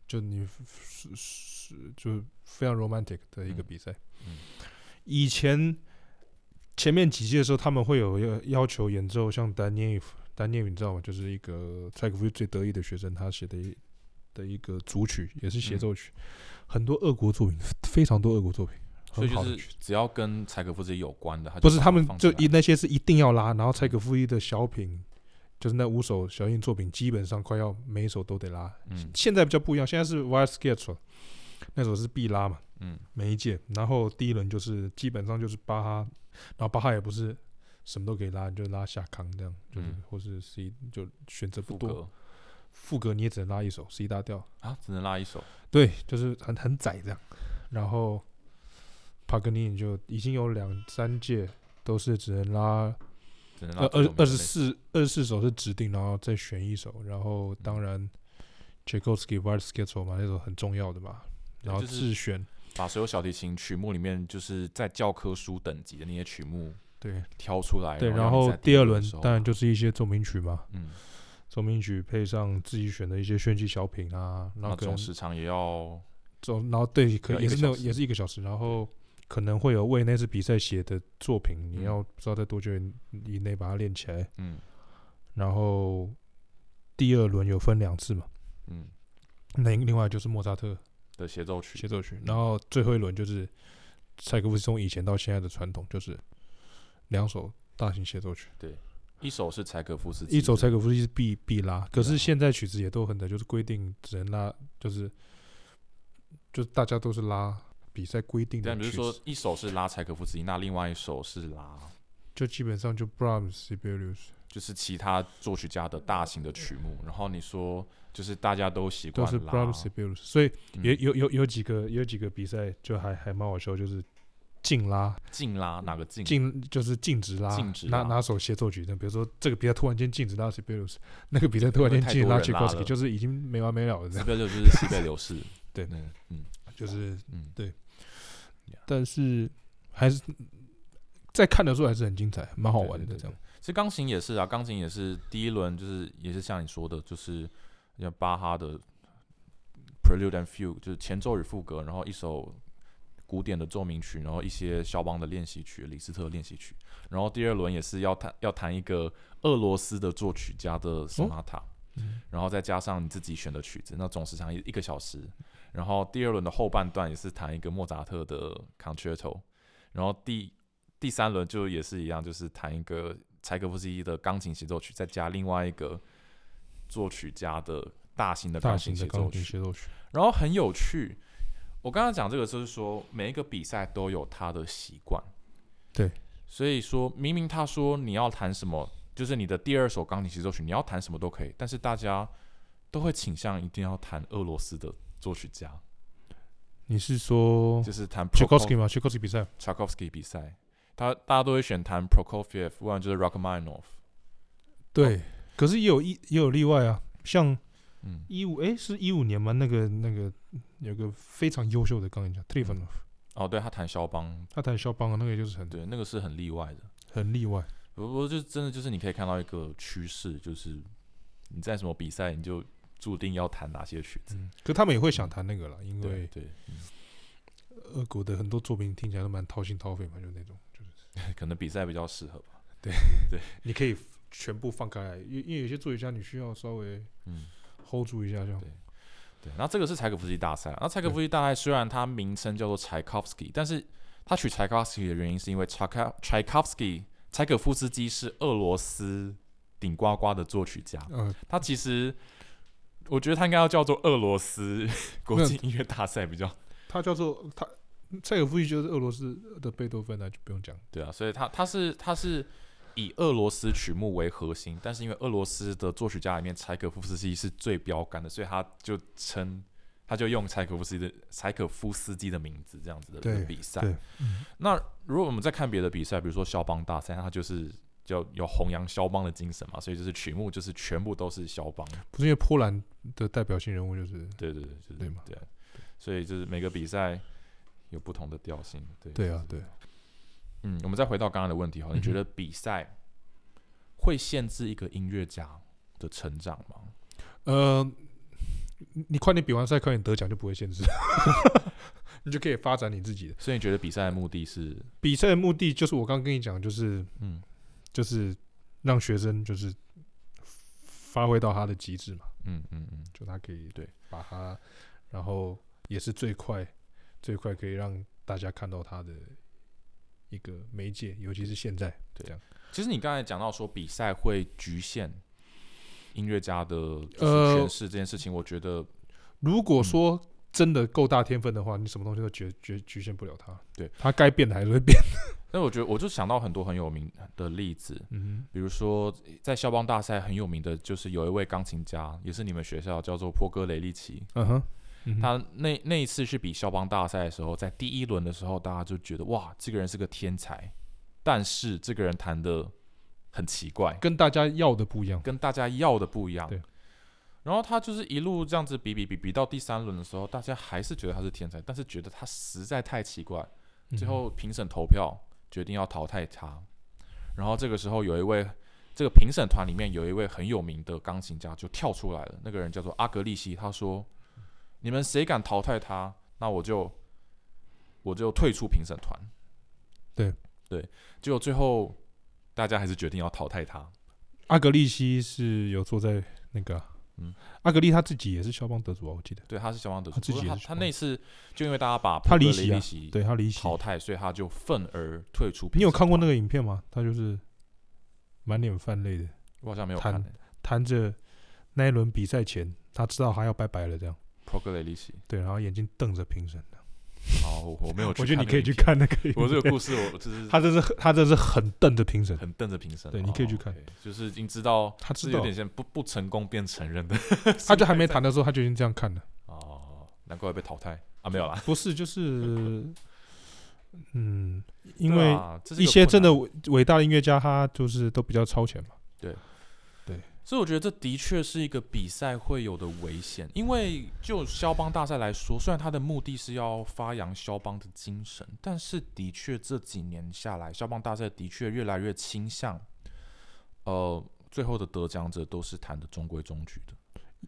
Speaker 2: 就你是是就非常 romantic 的一个
Speaker 1: 嗯
Speaker 2: 比赛。
Speaker 1: 嗯
Speaker 2: 以前前面几届的时候，他们会有要要求演奏像丹涅夫，丹涅夫你知道吗？就是一个柴可夫斯基最得意的学生，他写的一的一个组曲，也是
Speaker 1: 嗯
Speaker 2: 协奏曲，很多俄国作品，非常多俄国作品，
Speaker 1: 所
Speaker 2: 很
Speaker 1: 以就
Speaker 2: 好的
Speaker 1: 是
Speaker 2: 曲子。
Speaker 1: 只要跟柴可夫斯基有关的，他就
Speaker 2: 不是
Speaker 1: 把它
Speaker 2: 他们
Speaker 1: 放
Speaker 2: 就
Speaker 1: 进来
Speaker 2: 一那些是一定要拉，然后柴可夫斯基的小品，就是那五首小音作品，基本上快要每一首都得拉。
Speaker 1: 嗯
Speaker 2: 现在比较不一样，现在是 w i l d s k e t c 那首是必拉嘛，
Speaker 1: 嗯
Speaker 2: 每一届，然后第一轮就是基本上就是巴哈，然后巴哈也不是什么都可以拉，你就拉下康这样，就是、
Speaker 1: 嗯
Speaker 2: 或是 C 就选择
Speaker 1: 副
Speaker 2: 不多。
Speaker 1: 歌
Speaker 2: 副歌你也只能拉一首 C 大调，
Speaker 1: 啊，只能拉一首，
Speaker 2: 对，就是很很窄这样。然后帕格尼就已经有两三届都是只能拉
Speaker 1: 只能拉
Speaker 2: 呃
Speaker 1: 啊这
Speaker 2: 二
Speaker 1: 种
Speaker 2: 二
Speaker 1: 没
Speaker 2: 十
Speaker 1: 事
Speaker 2: 四二十四首是指定，然后再选一首，然后
Speaker 1: 嗯
Speaker 2: 当然 Tchaikovsky w i l d s k e t c 嘛，那首很重要的嘛，
Speaker 1: 对
Speaker 2: 然后
Speaker 1: 就是
Speaker 2: 自选。
Speaker 1: 把所有小提琴曲目里面，就是在教科书等级的那些曲目
Speaker 2: 对
Speaker 1: 挑出来。
Speaker 2: 对，然
Speaker 1: 让你
Speaker 2: 后
Speaker 1: 在
Speaker 2: 第二
Speaker 1: 轮
Speaker 2: 轮
Speaker 1: 的时候
Speaker 2: 当然就是一些奏鸣曲嘛，
Speaker 1: 嗯，
Speaker 2: 奏鸣曲配上自己选的一些炫技小品啊，然
Speaker 1: 那
Speaker 2: 后可能
Speaker 1: 总时长也要
Speaker 2: 总然后对，可
Speaker 1: 要一
Speaker 2: 也
Speaker 1: 个
Speaker 2: 是
Speaker 1: 小
Speaker 2: 那种
Speaker 1: 时
Speaker 2: 也是一个小时，然后可能会有为那次比赛写的作品，
Speaker 1: 嗯
Speaker 2: 你要不知道在多久以内把它练起来。
Speaker 1: 嗯
Speaker 2: 然后第二轮有分两次嘛，
Speaker 1: 嗯
Speaker 2: 那另外就是莫扎特
Speaker 1: 的协奏曲
Speaker 2: 协奏曲，然后最后一轮就是柴可夫斯基从以前到现在的传统，就是两首大型协奏曲。
Speaker 1: 一首是柴可夫斯基，
Speaker 2: 一首柴可夫斯基是必必拉，可
Speaker 1: 对啊
Speaker 2: 是现在曲子也都很的，就是规定只能拉，就是就是大家都是拉比赛规定的
Speaker 1: 但比
Speaker 2: 曲
Speaker 1: 如说
Speaker 2: 子，
Speaker 1: 一首啊是拉柴可夫斯基，那另外一首是拉
Speaker 2: 就基本上就 Brahms、Sibelius，
Speaker 1: 就是其他作曲家的大型的曲目，然后你说就是大家都习
Speaker 2: 都
Speaker 1: 惯
Speaker 2: 是
Speaker 1: 拉，
Speaker 2: Brahms、Sibelius，所以
Speaker 1: 嗯
Speaker 2: 也有有有几个有几个比赛就还还蛮好笑，就是禁拉
Speaker 1: 禁拉哪个禁？
Speaker 2: 禁就是禁止拉，
Speaker 1: 禁止
Speaker 2: 拿
Speaker 1: 拉
Speaker 2: 拿手协奏曲的，比如说这个比赛突然间禁止拉 Sibelius，那 <laughs> 个比赛突然
Speaker 1: 因为
Speaker 2: 间
Speaker 1: 太
Speaker 2: 禁止
Speaker 1: 多
Speaker 2: 拉
Speaker 1: 人拉了
Speaker 2: Tchaikovsky，就是已经没完没了了这
Speaker 1: 西
Speaker 2: 样，
Speaker 1: 贝流就是西贝流士，
Speaker 2: <laughs> 对
Speaker 1: 嗯嗯
Speaker 2: <laughs> 就是
Speaker 1: 嗯，
Speaker 2: 但是还是在看的时候还是很精彩，蛮好玩
Speaker 1: 对
Speaker 2: 的
Speaker 1: 对
Speaker 2: 这样。
Speaker 1: 其实钢琴也是啊，钢琴也是第一轮就是也是像你说的，就是像巴哈的 Prelude and Fugue，就是前奏与副歌，然后一首古典的奏鸣曲，然后一些肖邦的练习曲、李斯特的练习曲，然后第二轮也是要弹要弹一个俄罗斯的作曲家
Speaker 2: 哦
Speaker 1: 的 Sonata，、
Speaker 2: 嗯
Speaker 1: 然后再加上你自己选的曲子，那总时长一一个小时。然后第二轮的后半段也是弹一个莫扎特的 Concerto，然后第第三轮就也是一样，就是弹一个柴可夫斯基的钢琴协奏曲，再加另外一个作曲家的大型的
Speaker 2: 大
Speaker 1: 钢
Speaker 2: 型
Speaker 1: 琴
Speaker 2: 的
Speaker 1: 协
Speaker 2: 钢
Speaker 1: 奏
Speaker 2: 琴
Speaker 1: 曲。
Speaker 2: 协奏曲，
Speaker 1: 然后很有趣。我刚刚讲这个就是说，每一个比赛都有他的习惯。
Speaker 2: 对，
Speaker 1: 所以说明明他说你要弹什么，就是你的第二首钢琴协奏曲，你要弹什么都可以，但是大家都会倾向一定要弹俄罗斯的作曲家，
Speaker 2: 你是说
Speaker 1: 就是弹
Speaker 2: c h a i k o v s k y
Speaker 1: Prokofiev
Speaker 2: 吗 c h a i k o v s k y
Speaker 1: Tchaikovsky 比
Speaker 2: 比赛
Speaker 1: 赛，他大家都会选弹 Prokofiev，不然就是 Rachmaninoff。哦
Speaker 2: 对，可是也有一也有例外啊，像
Speaker 1: 嗯，
Speaker 2: 一五哎是一五年吗？那个那个有个非常优秀的钢琴家 t r i f o n o v
Speaker 1: 哦，对他弹肖邦，
Speaker 2: 他弹肖邦的那个也就是很
Speaker 1: 对，那个是很例外的。
Speaker 2: 很例外，
Speaker 1: 不过就真的就是你可以看到一个趋势，就是你在什么比赛，你就注定要弹哪些曲子。
Speaker 2: 嗯，可他们也会想弹那个了，因
Speaker 1: 对
Speaker 2: 为
Speaker 1: 对、
Speaker 2: 俄国的很多作品听起来都蛮掏心掏肺嘛，就那种，就是
Speaker 1: 嗯 <laughs> 可能比赛比较适合吧。
Speaker 2: 你可以全部放开来，因为因为有些作曲家你需要稍微
Speaker 1: 嗯，
Speaker 2: hold 住一下，这样
Speaker 1: 对对。那这个是柴可夫斯基大赛，那柴可夫斯基大赛虽然它名称叫做柴可夫斯基，但是他取柴可夫斯基的原因是因为柴可柴可夫斯基柴可夫斯基是俄罗斯顶呱呱的作曲家，
Speaker 2: 呃，
Speaker 1: 他其实。我觉得他应该要叫做俄罗斯 <laughs> 国际音乐大赛比较
Speaker 2: 他叫做他柴可夫斯基就是俄罗斯的贝多芬啊，就不用讲。
Speaker 1: 对啊，所以他他是他是以俄罗斯曲目为核心，但是因为俄罗斯的作曲家里面柴可夫斯基是最标杆的，所以他就称他就用柴可夫斯基的柴可夫斯基的名字这样子的
Speaker 2: 对
Speaker 1: 比赛
Speaker 2: 对。
Speaker 1: 那如果我们再看别的比赛，比如说肖邦大赛，那他就是。就有弘扬肖邦的精神嘛，所以就是曲目就是全部都是肖邦，
Speaker 2: 不是因为波兰的代表性人物就是
Speaker 1: 对对对，就是
Speaker 2: 对嘛
Speaker 1: 对啊，所以就是每个比赛有不同的调性，对
Speaker 2: 对啊，对，
Speaker 1: 嗯，我们再回到刚刚的问题哈，你觉
Speaker 2: 嗯哼
Speaker 1: 得比赛会限制一个音乐家的成长吗？
Speaker 2: 呃，你你快点比完赛，快点得奖就不会限制。 <laughs> 你就可以发展你自己的。
Speaker 1: 所以你觉得比赛的目的是，
Speaker 2: 比赛的目的就是我刚跟你讲，就是
Speaker 1: 嗯
Speaker 2: 就是让学生就是发挥到他的极致嘛，
Speaker 1: 嗯嗯嗯，
Speaker 2: 就他可以
Speaker 1: 对
Speaker 2: 把他，然后也是最快最快可以让大家看到他的一个媒介，尤其是现在
Speaker 1: 对
Speaker 2: 这样。
Speaker 1: 其实你刚才讲到说比赛会局限音乐家的就是
Speaker 2: 呃
Speaker 1: 诠释这件事情，我觉得
Speaker 2: 如果说
Speaker 1: 嗯
Speaker 2: 真的够大天分的话，你什么东西都局局局限不了他。
Speaker 1: 对，
Speaker 2: 他该变的还是会
Speaker 1: <laughs>
Speaker 2: 变。
Speaker 1: 但我觉得我就想到很多很有名的例子，
Speaker 2: 嗯
Speaker 1: 比如说在校邦大赛很有名的就是有一位钢琴家，也是你们学校叫做波哥雷利奇，
Speaker 2: 哼，嗯哼，嗯哼
Speaker 1: 他那那一次去比校邦大赛的时候，在第一轮的时候，大家就觉得哇，这个人是个天才，但是这个人弹的很奇怪，
Speaker 2: 跟大家要的不一样。
Speaker 1: 跟大家要的不一样
Speaker 2: 对。
Speaker 1: 然后他就是一路这样子比比比比到第三轮的时候，大家还是觉得他是天才，但是觉得他实在太奇怪，最后评审投票决定要淘汰他。然后这个时候有一位这个评审团里面有一位很有名的钢琴家就跳出来了，那个人叫做阿格利西，他说：“你们谁敢淘汰他，那我就我就退出评审团。
Speaker 2: 对
Speaker 1: 对，结果最后大家还是决定要淘汰他。
Speaker 2: 阿格利西是有坐在那个啊、
Speaker 1: 嗯
Speaker 2: 阿格利他自己也是肖邦得主啊，我记得。
Speaker 1: 对，他是消防得主，
Speaker 2: 他自
Speaker 1: 不过
Speaker 2: 己也
Speaker 1: 他
Speaker 2: 是消
Speaker 1: 他
Speaker 2: 防
Speaker 1: 那
Speaker 2: 得
Speaker 1: 次就因为大家把普
Speaker 2: 他
Speaker 1: 格
Speaker 2: 离
Speaker 1: 雷
Speaker 2: 席啊
Speaker 1: 利席
Speaker 2: 对他离席。
Speaker 1: 淘汰，所以他就愤而退出。
Speaker 2: 你有看过那？个影片吗？他就是满脸泛泪的，
Speaker 1: 我好像没有
Speaker 2: 弹
Speaker 1: 看、欸。
Speaker 2: 弹着那一轮比赛前，他知道他要拜拜了，这样
Speaker 1: 普格雷利席，
Speaker 2: 对，然后眼睛瞪着评审。
Speaker 1: 好，我我没
Speaker 2: <laughs>
Speaker 1: 有去。
Speaker 2: 我觉得你可以去。看那个影片。
Speaker 1: 我这个故事，我就是
Speaker 2: <laughs> 他真是他真是很瞪着评审。
Speaker 1: 很瞪着评审。
Speaker 2: 对
Speaker 1: 哦
Speaker 2: 你可以去看
Speaker 1: OK，就是已经知道
Speaker 2: 他
Speaker 1: 是
Speaker 2: 知
Speaker 1: 有
Speaker 2: 道
Speaker 1: 点，像不不成功便承认的。
Speaker 2: 他就还没谈的时候，他就已经这样看了。
Speaker 1: 哦，难怪会被淘汰啊！没有啦，
Speaker 2: 不是，就是，嗯，因
Speaker 1: 对
Speaker 2: 为
Speaker 1: 啊这是
Speaker 2: 一
Speaker 1: 个
Speaker 2: 些
Speaker 1: 困
Speaker 2: 真的
Speaker 1: 难
Speaker 2: 伟伟大的音乐家，他就是都比较超前嘛。
Speaker 1: 所以我觉得这的确是一个比赛会有的危险，因为就肖邦大赛来说，虽然它的目的是要发扬肖邦的精神，但是的确这几年下来，肖邦大赛的确越来越倾向，呃，最后的得奖者都是弹的中规中矩的，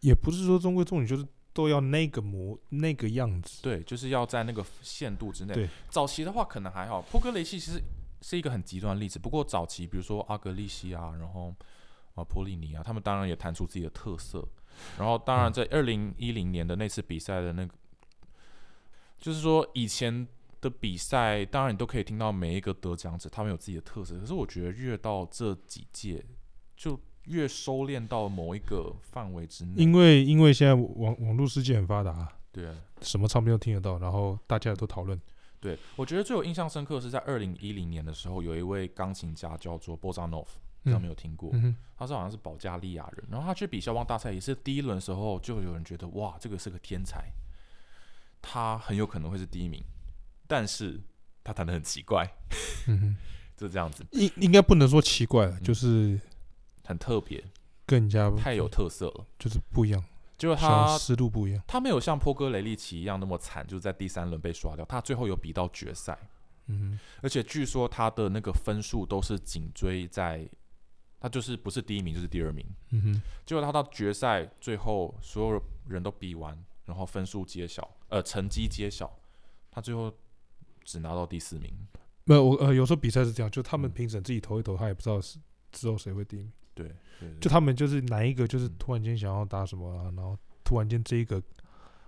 Speaker 2: 也不是说中规中矩，就是都要那个模那个样子。
Speaker 1: 对，就是要在那个限度之内。
Speaker 2: 对，
Speaker 1: 早期的话可能还好，波格雷西其实是一个很极端的例子，不过早期比如说阿格利西啊，然后啊波利尼啊，他们当然也弹出自己的特色。然后当然
Speaker 2: 嗯
Speaker 1: 在二零一零年的那次比赛的那个，就是说以前的比赛，当然你都可以听到每一个得奖者他们有自己的特色，可是我觉得越到这几届就越收敛到某一个范围之内。
Speaker 2: 因为因为现在网网络世界很发达、
Speaker 1: 对啊。
Speaker 2: 什么唱片都听得到，然后大家也都讨论。
Speaker 1: 对，我觉得最有印象深刻是在二零一零年的时候，有一位钢琴家叫做 Bozanov，不知道没有听过，
Speaker 2: 嗯哼，
Speaker 1: 他是好像是保加利亚人，然后他去比肖邦大赛也是第一轮的时候，就有人觉得哇，这个是个天才，他很有可能会是第一名，但是他弹的很奇怪，
Speaker 2: 嗯哼，
Speaker 1: 就这样子，
Speaker 2: 应应该不能说奇怪了，
Speaker 1: 嗯
Speaker 2: 就是
Speaker 1: 很特别，
Speaker 2: 跟人家
Speaker 1: 太有特色了。
Speaker 2: 就是不一样，
Speaker 1: 就是
Speaker 2: 像
Speaker 1: 他
Speaker 2: 思路不一样。
Speaker 1: 他没有像波哥雷利奇一样那么惨，就是在第三轮被刷掉，他最后有比到决赛，
Speaker 2: 嗯
Speaker 1: 而且据说他的那个分数都是紧追在，他就是不是第一名就是第二名。
Speaker 2: 哼，嗯哼，
Speaker 1: 结果他到决赛最后，所有人都比完，然后分数揭晓，呃，成绩揭晓，他最后只拿到第四名。
Speaker 2: 没有我呃，有时候比赛是这样，就他们
Speaker 1: 嗯
Speaker 2: 评审自己投一投，他也不知道是之后谁会第一名。
Speaker 1: 对，对
Speaker 2: 就
Speaker 1: 对
Speaker 2: 他们就是哪一个就是
Speaker 1: 嗯
Speaker 2: 突然间想要打什么、啊，然后突然间这一个，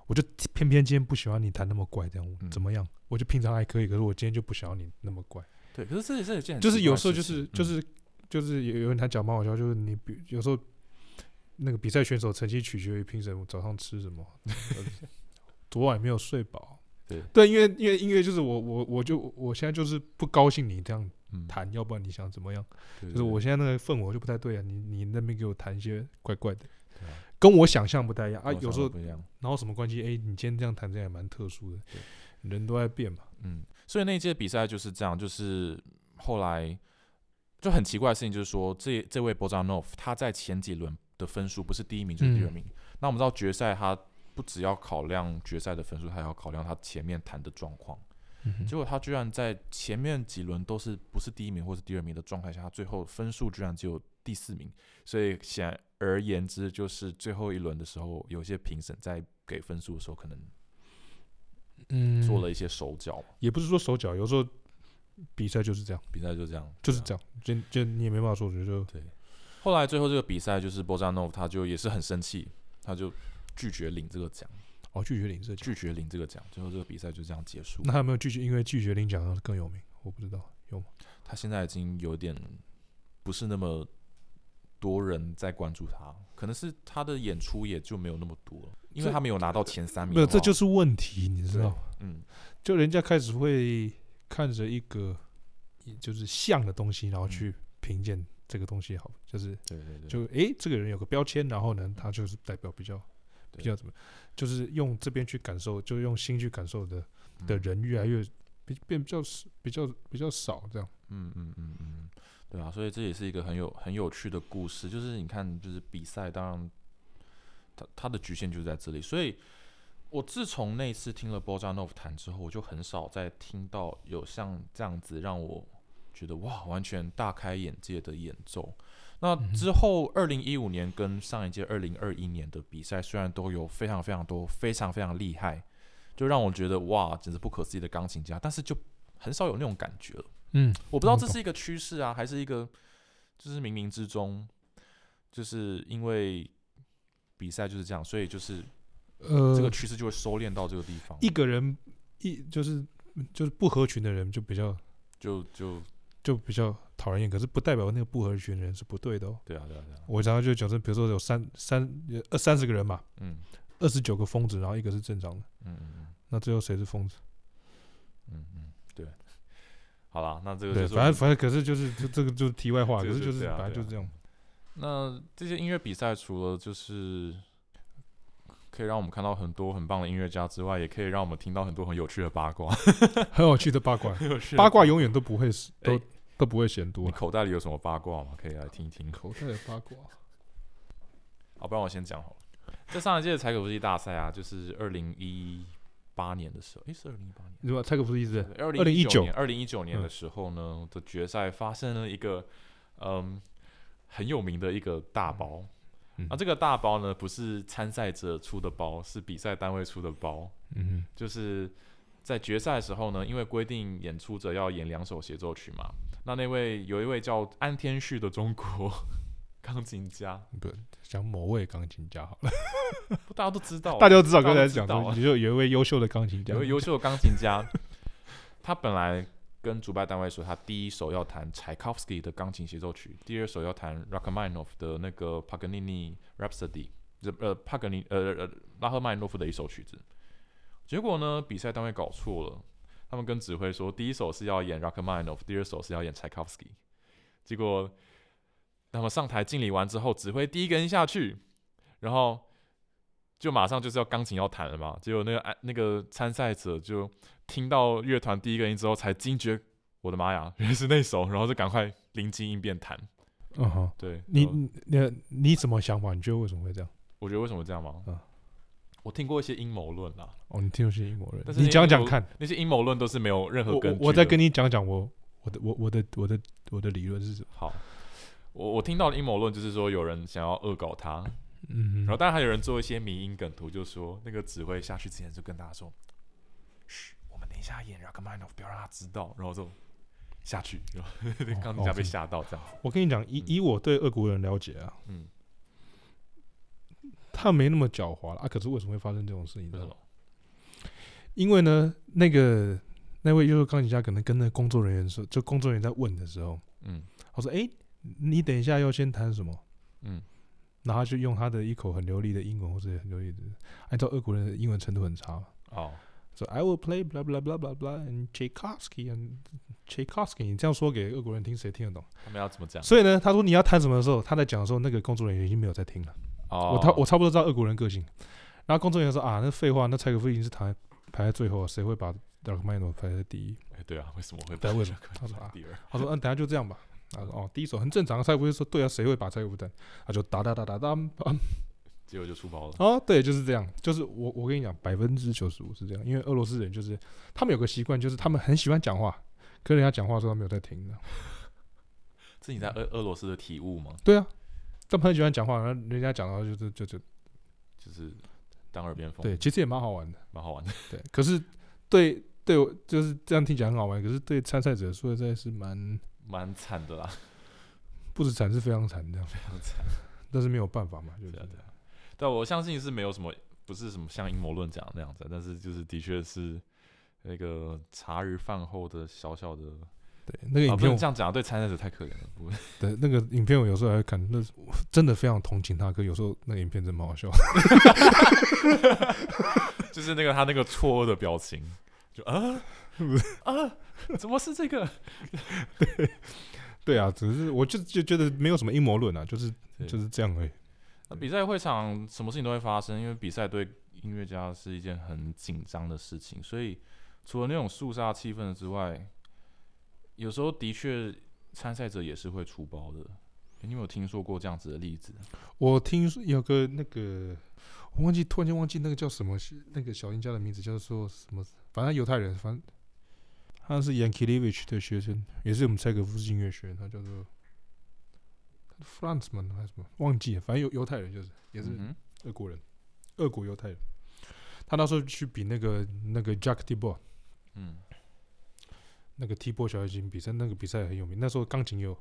Speaker 2: 我就偏偏今天不喜欢你弹那么怪，这样、
Speaker 1: 嗯
Speaker 2: 怎么样？我就平常还可以，可是我今天就不想要你那么怪，
Speaker 1: 对，可是这也是一件很
Speaker 2: 就是
Speaker 1: 奇怪
Speaker 2: 有
Speaker 1: 的
Speaker 2: 时候就
Speaker 1: 事情嗯
Speaker 2: 是就是、就是有有人还讲蛮好笑，就是你比有时候那个比赛选手成绩取决于评审早上吃什么， <laughs> 呃昨晚有没有睡饱。
Speaker 1: 对
Speaker 2: 对，因为因为音乐就是我我我就我现在就是不高兴你这样
Speaker 1: 嗯，嗯
Speaker 2: 弹，要不然你想怎么样？
Speaker 1: 对
Speaker 2: 就是我
Speaker 1: 对
Speaker 2: 现在那个氛围就不太对啊，你你那边给我弹一些怪怪的，
Speaker 1: 对啊
Speaker 2: 跟我想象不太一样啊。
Speaker 1: 跟我
Speaker 2: 有
Speaker 1: 想
Speaker 2: 时
Speaker 1: 的
Speaker 2: 候
Speaker 1: 不一样，
Speaker 2: 然后什么关系？哎，你今天这样弹这样也蛮特殊的，人都在变嘛。
Speaker 1: 嗯，所以那一届比赛就是这样，就是后来就很奇怪的事情，就是说这这位 Bozanov 他在前几轮的分数不是第一名就是第二
Speaker 2: 嗯
Speaker 1: 名，那我们知道决赛他不只要考量决赛的分数，他还要考量他前面弹的状况。结
Speaker 2: 就
Speaker 1: 果他居然在前面几轮都是不是第一名或是第二名的状态下，他最后分数居然只有第四名，所以显而言之，就是最后一轮的时候，有些评审在给分数的时候，可能
Speaker 2: 嗯
Speaker 1: 做了一些手脚，
Speaker 2: 也不是说手脚，有时候比赛就是这样，
Speaker 1: 比赛就这样，
Speaker 2: 就是
Speaker 1: 对啊
Speaker 2: 这样，就就你也没办法说，我觉得就
Speaker 1: 后来最后这个比赛就是波扎诺夫他就也是很生气，他就拒绝领这个奖，
Speaker 2: 哦拒绝领这奖，
Speaker 1: 拒绝领这个奖，最后这个比赛就这样结束。
Speaker 2: 那他有没有拒绝？因为拒绝领奖而更有名，我不知道有吗？
Speaker 1: 他现在已经有点不是那么多人在关注他，可能是他的演出也就没有那么多了，因为
Speaker 2: 这
Speaker 1: 他没有啊拿到前三名的
Speaker 2: 没有，
Speaker 1: 话。
Speaker 2: 这就是问题，你知道吗？
Speaker 1: 嗯，
Speaker 2: 就人家开始会看着一个就是像的东西，然后去评鉴这个东西好，就是
Speaker 1: 对对嗯对，
Speaker 2: 就诶，这个人有个标签，然后呢，他就是代表比较
Speaker 1: 对
Speaker 2: 比较怎么，就是用这边去感受，就是用心去感受的
Speaker 1: 嗯
Speaker 2: 的，人越来越比变比较比较比较少这样。
Speaker 1: 嗯嗯嗯嗯，对啊，所以这也是一个很有很有趣的故事，就是你看，就是比赛，当然它它的局限就在这里，所以。我自从那次听了 Bojanov 弹之后，我就很少再听到有像这样子让我觉得哇，完全大开眼界的演奏。那
Speaker 2: 嗯
Speaker 1: 之后，二零一五年跟上一届二零二一年的比赛，虽然都有非常非常多、非常非常厉害，就让我觉得哇，简直不可思议的钢琴家，但是就很少有那种感觉了。
Speaker 2: 嗯，
Speaker 1: 我不知道
Speaker 2: 我
Speaker 1: 这
Speaker 2: 懂
Speaker 1: 是一个趋势啊，还是一个就是冥冥之中，就是因为比赛就是这样，所以就是
Speaker 2: 呃，
Speaker 1: 这个趋势就会收敛到这个地方，
Speaker 2: 一个人一就是就是不合群的人就比较
Speaker 1: 就就
Speaker 2: 就比较讨人厌，可是不代表那个不合群的人是不对的哦。
Speaker 1: 对啊对啊对啊，
Speaker 2: 我常常就讲说，比如说有三三二三十个人嘛，
Speaker 1: 嗯
Speaker 2: 二十九个疯子，然后一个是正常的，
Speaker 1: 嗯嗯嗯
Speaker 2: 那最后谁是疯子？
Speaker 1: 嗯嗯，对，好啦，那这个
Speaker 2: 对，
Speaker 1: 就是我
Speaker 2: 反正
Speaker 1: 们
Speaker 2: 反正可是就是这这个就是题外话，
Speaker 1: 这
Speaker 2: 可
Speaker 1: 个
Speaker 2: 是就是是
Speaker 1: 对啊
Speaker 2: 反正就是这样。
Speaker 1: 那这些音乐比赛除了就是。可以让我们看到很多很棒的音乐家之外，也可以让我们听到很多很有趣的八卦。 <laughs>
Speaker 2: 很有趣的八卦，
Speaker 1: 有趣的
Speaker 2: 八卦永远都不会是都
Speaker 1: 哎
Speaker 2: 都不会嫌
Speaker 1: 你
Speaker 2: 多。
Speaker 1: 口袋里有什么八卦吗？可以来听一听。
Speaker 2: 口袋的八卦，
Speaker 1: 好，不然我先讲好了。在上一届的柴可夫斯基大赛啊，就是二零一八年的时候，诶，是二零一八年，
Speaker 2: 对吧？蔡可夫斯基是
Speaker 1: 二
Speaker 2: 2019
Speaker 1: 年，二零一九年
Speaker 2: 嗯
Speaker 1: 的时候呢，的决赛发生了一个嗯很有名的一个大包。啊
Speaker 2: 嗯
Speaker 1: 那这个大包呢，不是参赛者出的包，是比赛单位出的包。
Speaker 2: 嗯
Speaker 1: 就是在决赛的时候呢，因为规定演出者要演两首协奏曲嘛，那那位有一位叫安天旭的中国 <laughs> 钢琴家，
Speaker 2: 哼，不讲某位钢琴家好了，
Speaker 1: 不大家都知道啊，
Speaker 2: 大家都知
Speaker 1: 大
Speaker 2: 道
Speaker 1: 家
Speaker 2: 刚
Speaker 1: 都
Speaker 2: 才
Speaker 1: 知
Speaker 2: 讲
Speaker 1: 道
Speaker 2: 的，你就有一位优秀的钢琴家，
Speaker 1: 有位优秀的钢琴家， <laughs> 他本来跟主办单位说，他第一首要弹柴可夫斯基的钢琴协奏曲，第二首要弹 Rachmaninoff 的那个帕格尼尼 Rhapsody，这呃帕格尼呃呃拉赫曼诺夫的一首曲子。结果呢，比赛单位搞错了，他们跟指挥说，第一首是要演 Rachmaninoff，第二首是要演柴可夫斯基。结果他们上台敬礼完之后，指挥第一个人下去，然后就马上就是要钢琴要弹了嘛。结果那个哎那个参赛者就听到乐团第一个音之后，才惊觉，我的妈呀， <laughs> 原来是那首，然后就赶快灵机应变弹。
Speaker 2: 嗯哼。
Speaker 1: 对，
Speaker 2: 你
Speaker 1: 然后
Speaker 2: 你你你什么想法？你觉得为什么会这样？
Speaker 1: 我觉得为什么这样吗？
Speaker 2: 嗯
Speaker 1: 我听过一些阴谋论啦，
Speaker 2: 哦，你听的是英国人
Speaker 1: 但，是
Speaker 2: 你
Speaker 1: 那
Speaker 2: 讲
Speaker 1: 英
Speaker 2: 讲
Speaker 1: 国
Speaker 2: 看。
Speaker 1: 那些阴谋论都是没有任
Speaker 2: 我
Speaker 1: 何根据
Speaker 2: 我我再
Speaker 1: 的
Speaker 2: 跟你讲讲我我的我我的我的我的理论是什么？
Speaker 1: 好，我我听到的阴谋论就是说有人想要恶搞他，
Speaker 2: 嗯
Speaker 1: 然后当然还有人做一些迷因梗图，就说那个指挥下去之前就跟大家说，嘘，我们等一下演 Rachmaninoff，不要让他知道，然后就下去，然
Speaker 2: <laughs>
Speaker 1: 后那
Speaker 2: 哦
Speaker 1: 钢琴家被吓到这样子，
Speaker 2: 我跟你讲，以
Speaker 1: 嗯
Speaker 2: 以我对俄国人了解啊，
Speaker 1: 嗯，
Speaker 2: 他没那么狡猾了啊。可是为什么会发生这种事情？你知
Speaker 1: 为
Speaker 2: 道
Speaker 1: 什
Speaker 2: 吗
Speaker 1: 么？
Speaker 2: 因为呢，那个那位优秀钢琴家可能跟那个工作人员说，就工作人员在问的时候，
Speaker 1: 嗯
Speaker 2: 我说：“哎、你等一下要先弹什么
Speaker 1: 嗯，？”
Speaker 2: 然后他就用他的一口很流利的英文或者很流利的，按照俄国人的英文程度很差嘛，
Speaker 1: 哦，
Speaker 2: 说 I will play blah blah blah blah blah and Tchaikovsky and Tchaikovsky，你这样说给俄国人听，谁听得懂？
Speaker 1: 他们要怎么讲？
Speaker 2: 所以呢，他说你要弹什么的时候，他在讲的时候，那个工作人员已经没有在听了。
Speaker 1: 哦，
Speaker 2: 我他我差不多知道俄国人个性。然后工作人员说啊，那废话，那柴可夫斯基已经是排排在最后，谁会把德克曼诺排在第一？
Speaker 1: 哎，对啊，为什么会
Speaker 2: 对
Speaker 1: 把 <laughs>
Speaker 2: 为什么
Speaker 1: Rachmaninoff
Speaker 2: 他说啊
Speaker 1: 第二？
Speaker 2: 他说嗯、等下就这样吧。他说哦，第一首很正常。柴可夫斯基说对啊，谁会把柴可夫斯基弹？他就哒哒哒哒哒。嗯
Speaker 1: 结果就出包了。
Speaker 2: 哦，对，就是这样。就是我我跟你讲，百分之九十五是这样，因为俄罗斯人就是他们有个习惯，就是他们很喜欢讲话，跟人家讲话的时候他没有在听的。
Speaker 1: 是你在
Speaker 2: 嗯
Speaker 1: 俄俄罗斯的体悟吗？
Speaker 2: 对啊，他们很喜欢讲话，然后人家讲到就是就就
Speaker 1: 就是当耳边风，
Speaker 2: 对，，其实也蛮好玩的。
Speaker 1: 蛮好玩的。
Speaker 2: 对，可是对对我就是这样听起来很好玩，可是对参赛者说实在是蛮
Speaker 1: 蛮惨的啦，
Speaker 2: 不止惨，是非常惨这样，
Speaker 1: 非常惨。
Speaker 2: 但是没有办法嘛，就是
Speaker 1: 对啊，对啊，但我相信是没有什么，不是什么像阴谋论讲的那样子，啊但是就是的确是那个茶余饭后的小小的，
Speaker 2: 对那个
Speaker 1: 啊，
Speaker 2: 影
Speaker 1: 不
Speaker 2: 片
Speaker 1: 能
Speaker 2: 我
Speaker 1: 这样讲，对参赛者太可怜了。 <laughs> 不
Speaker 2: 对，那个影片我有时候还会看，那是我真的非常同情他，可有时候那个影片真蛮好笑。
Speaker 1: 就是那个他那个错愕的表情，就啊啊，怎么是这个？
Speaker 2: 对啊，只是我就就觉得没有什么阴谋论啊，就是就是这样而已。
Speaker 1: 那比赛会场什么事情都会发生，因为比赛对音乐家是一件很紧张的事情，所以除了那种肃杀气氛之外，有时候的确参赛者也是会出包的。诶你有没有听说过这样子的例子？啊
Speaker 2: 我听说有个那个，我忘记突然间忘记那个叫什么，那个小音家的名字叫做什么，反正犹太人，反正他是 Yankelevich 的学生，也是我们柴可夫斯基音乐学院，他叫做 Franzman 还是什么，忘记了，反正犹犹太人就是也是
Speaker 1: 嗯
Speaker 2: 俄国人，俄国犹太人。他那时候去比那个那个 Jack t i b o
Speaker 1: 哼嗯，
Speaker 2: 那个 T 波小提琴比赛，那个比赛很有名。那时候钢琴有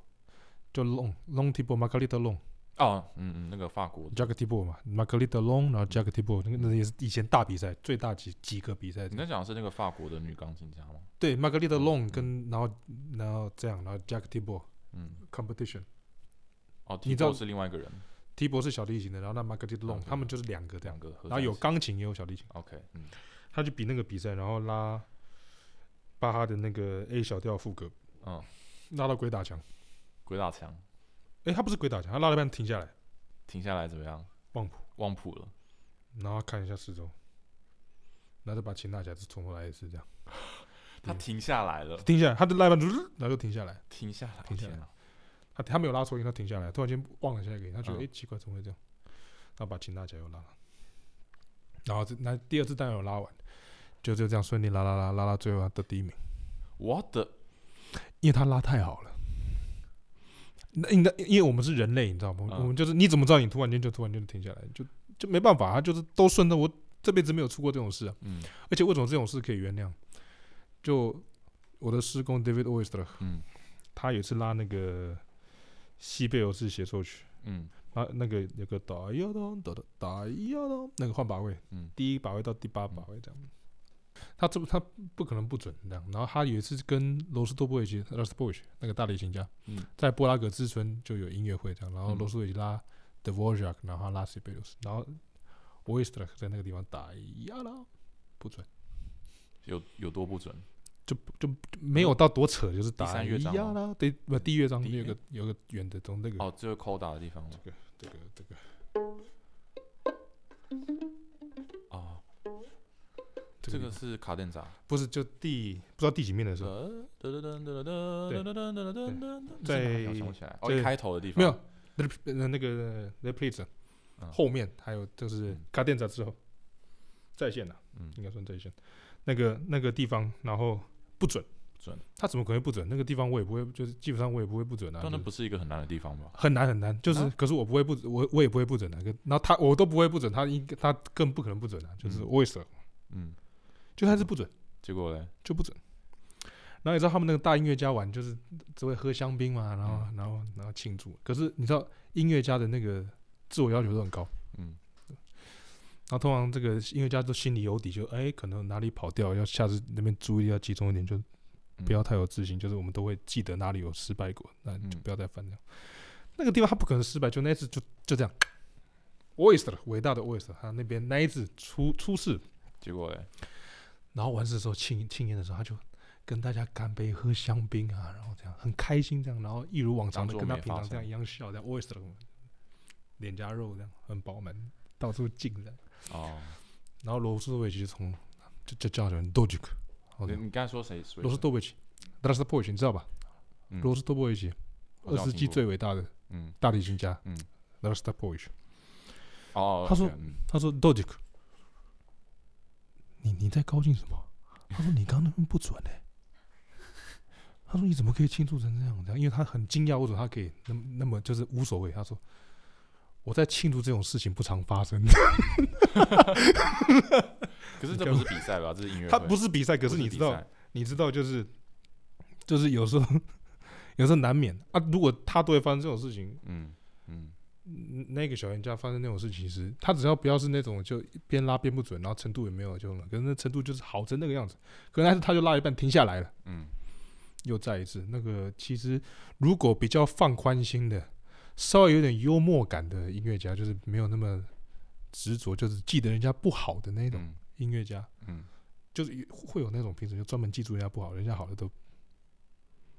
Speaker 2: 叫 Long Long T 波 Margarita Long
Speaker 1: 哦，嗯嗯，那个法国的，
Speaker 2: Jack T 波嘛，Margarita Long，然后 Jack T 波，那个那也是以前大比赛最大几几个比赛
Speaker 1: 你。在讲的是那个法国的女钢琴家吗？
Speaker 2: 对，Margarita Long 跟然后然后这样，然后 Jack T 波
Speaker 1: 嗯，
Speaker 2: competition。
Speaker 1: 哦，
Speaker 2: 你知道
Speaker 1: Tibo 是另外一个人，
Speaker 2: T 波是小提琴的，然后那 Margarita Long
Speaker 1: OK
Speaker 2: 他们就是两个这样哦
Speaker 1: 两，个合
Speaker 2: 然后有
Speaker 1: 在一起
Speaker 2: 钢琴也有小提琴，
Speaker 1: OK，嗯
Speaker 2: 他就比那个比赛，然后拉巴哈的那个 A 小调副歌，
Speaker 1: 嗯，
Speaker 2: 拉到鬼打墙。
Speaker 1: 鬼打墙
Speaker 2: 诶，他不是鬼打墙，他拉了半停下来，
Speaker 1: 停下来怎么样？
Speaker 2: 忘谱
Speaker 1: 忘谱了，
Speaker 2: 然后看一下四周，然后再把琴拿起来，就从头来一次，这样
Speaker 1: 他
Speaker 2: 对
Speaker 1: 停下来了，
Speaker 2: 停下来，他就拉半，然后就停下来，
Speaker 1: 停下来，
Speaker 2: 停下来
Speaker 1: 天哪
Speaker 2: 他他没有拉错音，他停下来，突然间忘了下一个音，他觉得
Speaker 1: 嗯
Speaker 2: 哎、诶奇怪怎么会这样，然后把琴拿起来又拉了，然后这那第二次当然有拉完，就就这样顺利拉拉拉拉到最后他得第一名，
Speaker 1: 我的
Speaker 2: 因为他拉太好了。那应该，因为我们是人类，你知道吗？
Speaker 1: 嗯
Speaker 2: 我们就是你怎么知道你突然间就突然间就停下来，就就没办法，他就是都顺的。我这辈子没有出过这种事啊，
Speaker 1: 嗯
Speaker 2: 而且为什么这种事可以原谅？就我的师公 David Oyster，
Speaker 1: 嗯
Speaker 2: 他有一次拉那个西贝尔式协奏曲，
Speaker 1: 嗯
Speaker 2: 他那个有个打一咚打打一咚，那个换把位，
Speaker 1: 嗯
Speaker 2: 第一把位到第八把位这样。他这他不可能不准这样。然后他有一次跟罗斯托波维奇、罗斯托波维奇那个大提琴家，
Speaker 1: 嗯
Speaker 2: 在布拉格之春就有音乐会这样，然后
Speaker 1: 嗯
Speaker 2: 罗斯托维奇拉 d e v o r a k 然后他拉西贝柳斯，然后 Oyster 在那个地方打一咚，不准。
Speaker 1: 有有多不准？
Speaker 2: 就就就没有到多扯，就是打
Speaker 1: 第三乐章
Speaker 2: 一样啦，对，不，第一乐章
Speaker 1: 第一
Speaker 2: 有个有个远的从那个
Speaker 1: 哦，这个扣打的地方吗？
Speaker 2: 这个这个
Speaker 1: 哦，这
Speaker 2: 这个地
Speaker 1: 个
Speaker 2: 方
Speaker 1: 是卡顿扎。
Speaker 2: 不是就第不知道第几面的时候，
Speaker 1: 呃噔噔噔噔噔噔噔噔噔噔
Speaker 2: 在
Speaker 1: 这个好像想不起来。哦，
Speaker 2: 在
Speaker 1: 一开头的地方
Speaker 2: 没有，那个呃那个 The Please
Speaker 1: 嗯
Speaker 2: 后面还有就是
Speaker 1: 嗯
Speaker 2: 卡电闸之后在线的，啊
Speaker 1: 嗯
Speaker 2: 应该算在线，那个那个地方然后不准
Speaker 1: 不准，
Speaker 2: 他怎么可能会不准？那个地方我也不会，就是基本上我也不会不准啊，
Speaker 1: 但那
Speaker 2: 就是
Speaker 1: 不是一个很难的地方吧？
Speaker 2: 很难很难，就是、
Speaker 1: 啊
Speaker 2: 可是我不会不我我也不会不准的、跟然后他我都不会不准，他应该他更不可能不准啊，就是
Speaker 1: 嗯
Speaker 2: 我也是，
Speaker 1: 嗯，
Speaker 2: 就他是不准
Speaker 1: 结果嘞，
Speaker 2: 就不准。然后你知道他们那个大音乐家玩就是只会喝香槟嘛，然后、
Speaker 1: 嗯
Speaker 2: 然后然后庆祝。可是你知道音乐家的那个自我要求都很高，
Speaker 1: 嗯
Speaker 2: 然后通常这个音乐家都心里有底，就哎可能哪里跑掉，要下次那边注意要集中一点，就
Speaker 1: 嗯
Speaker 2: 不要太有自信。就是我们都会记得哪里有失败过，那就
Speaker 1: 嗯
Speaker 2: 不要再犯这样。那个地方他不可能失败，就那一次就就这样。Oyster 伟大的 Oyster，他那边那一次出出事，
Speaker 1: 结果嘞，
Speaker 2: 然后完事的时候庆庆宴的时候，他就跟大家干杯喝香槟啊，然后这样很开心这样，然后一如往常的
Speaker 1: 当作
Speaker 2: 跟他
Speaker 1: 没
Speaker 2: 平
Speaker 1: 发
Speaker 2: 常这样
Speaker 1: 生
Speaker 2: 一样笑，这样 Oyster 脸颊肉这样很饱满，到处进这样。
Speaker 1: 哦，
Speaker 2: 然后罗斯托维奇就从就就叫人 d o j i k 好
Speaker 1: 你
Speaker 2: 的，
Speaker 1: 你刚才说谁？谁
Speaker 2: 罗斯托维奇 d r a s t o p o v i c 你知道吧？
Speaker 1: 嗯
Speaker 2: 罗斯托维奇，
Speaker 1: 好
Speaker 2: 二
Speaker 1: 像
Speaker 2: 世纪
Speaker 1: 听过
Speaker 2: 最伟大的
Speaker 1: 嗯
Speaker 2: 大提琴家，
Speaker 1: 嗯
Speaker 2: d r a s t o p o v i c
Speaker 1: 哦，
Speaker 2: 他说
Speaker 1: OK，嗯
Speaker 2: 他说 d o j i k 你你在高兴什么？他说你刚刚那边不准呢、他说你怎么啊可以庆祝成这样？这样，因为他很惊讶，为什么他可以那么那么就是无所谓。他说我在庆祝这种事情不常发生。
Speaker 1: 可是这不是比赛
Speaker 2: <laughs>
Speaker 1: 吧？这是音乐会，
Speaker 2: 它不是比赛，可
Speaker 1: 不
Speaker 2: 是
Speaker 1: 是
Speaker 2: 你
Speaker 1: 比
Speaker 2: 知道
Speaker 1: 赛，，
Speaker 2: 你知道就是就是有时候 <laughs> 有时候难免啊。如果他都会发生这种事情，
Speaker 1: 嗯嗯，
Speaker 2: 嗯那个小人家发生那种事情时，他只要不要是那种就边拉边不准，然后程度也没有就了，可是那程度就是好成那个样子，可能但是他就拉一半停下来了，
Speaker 1: 嗯，
Speaker 2: 又再一次那个其实如果比较放宽心的，稍微有点幽默感的音乐家，就是没有那么执着，就是记得人家不好的那种
Speaker 1: 嗯
Speaker 2: 音乐家，
Speaker 1: 嗯，
Speaker 2: 就是会有那种平时就专门记住人家不好，人家好的都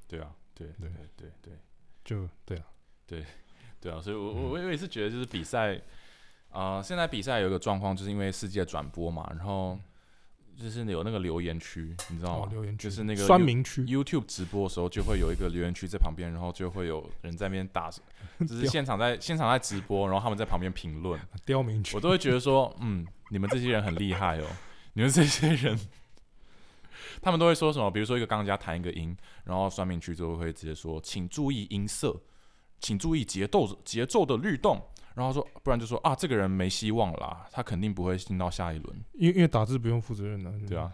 Speaker 1: 对啊，对对
Speaker 2: 对
Speaker 1: 对对
Speaker 2: 就对了，
Speaker 1: 对啊，所以我我我也是觉得就是比赛，啊、现在比赛有一个状况，就是因为世界转播嘛，然后就是有那个留言区，你知道
Speaker 2: 嗯哦
Speaker 1: 吗？，
Speaker 2: 留言区
Speaker 1: 就是那个
Speaker 2: 酸
Speaker 1: 有
Speaker 2: 民区，
Speaker 1: YouTube 直播的时候就会有一个留言区在旁边，然后就会有人在那边打，
Speaker 2: <laughs>
Speaker 1: 就是现场在现场在直播，然后他们在旁边评论，
Speaker 2: 刁民区
Speaker 1: 我，都会觉得说，嗯，你们这些人很厉害哦，你们这些人，他们都会说什么？比如说一个钢琴家弹一个音，然后酸民区就会直接说，请注意音色，请注意节奏节奏的律动，然后说，不然就说啊，这个人没希望啦，他肯定不会进到下一轮，
Speaker 2: 因为因为打字不用负责任的、
Speaker 1: 对啊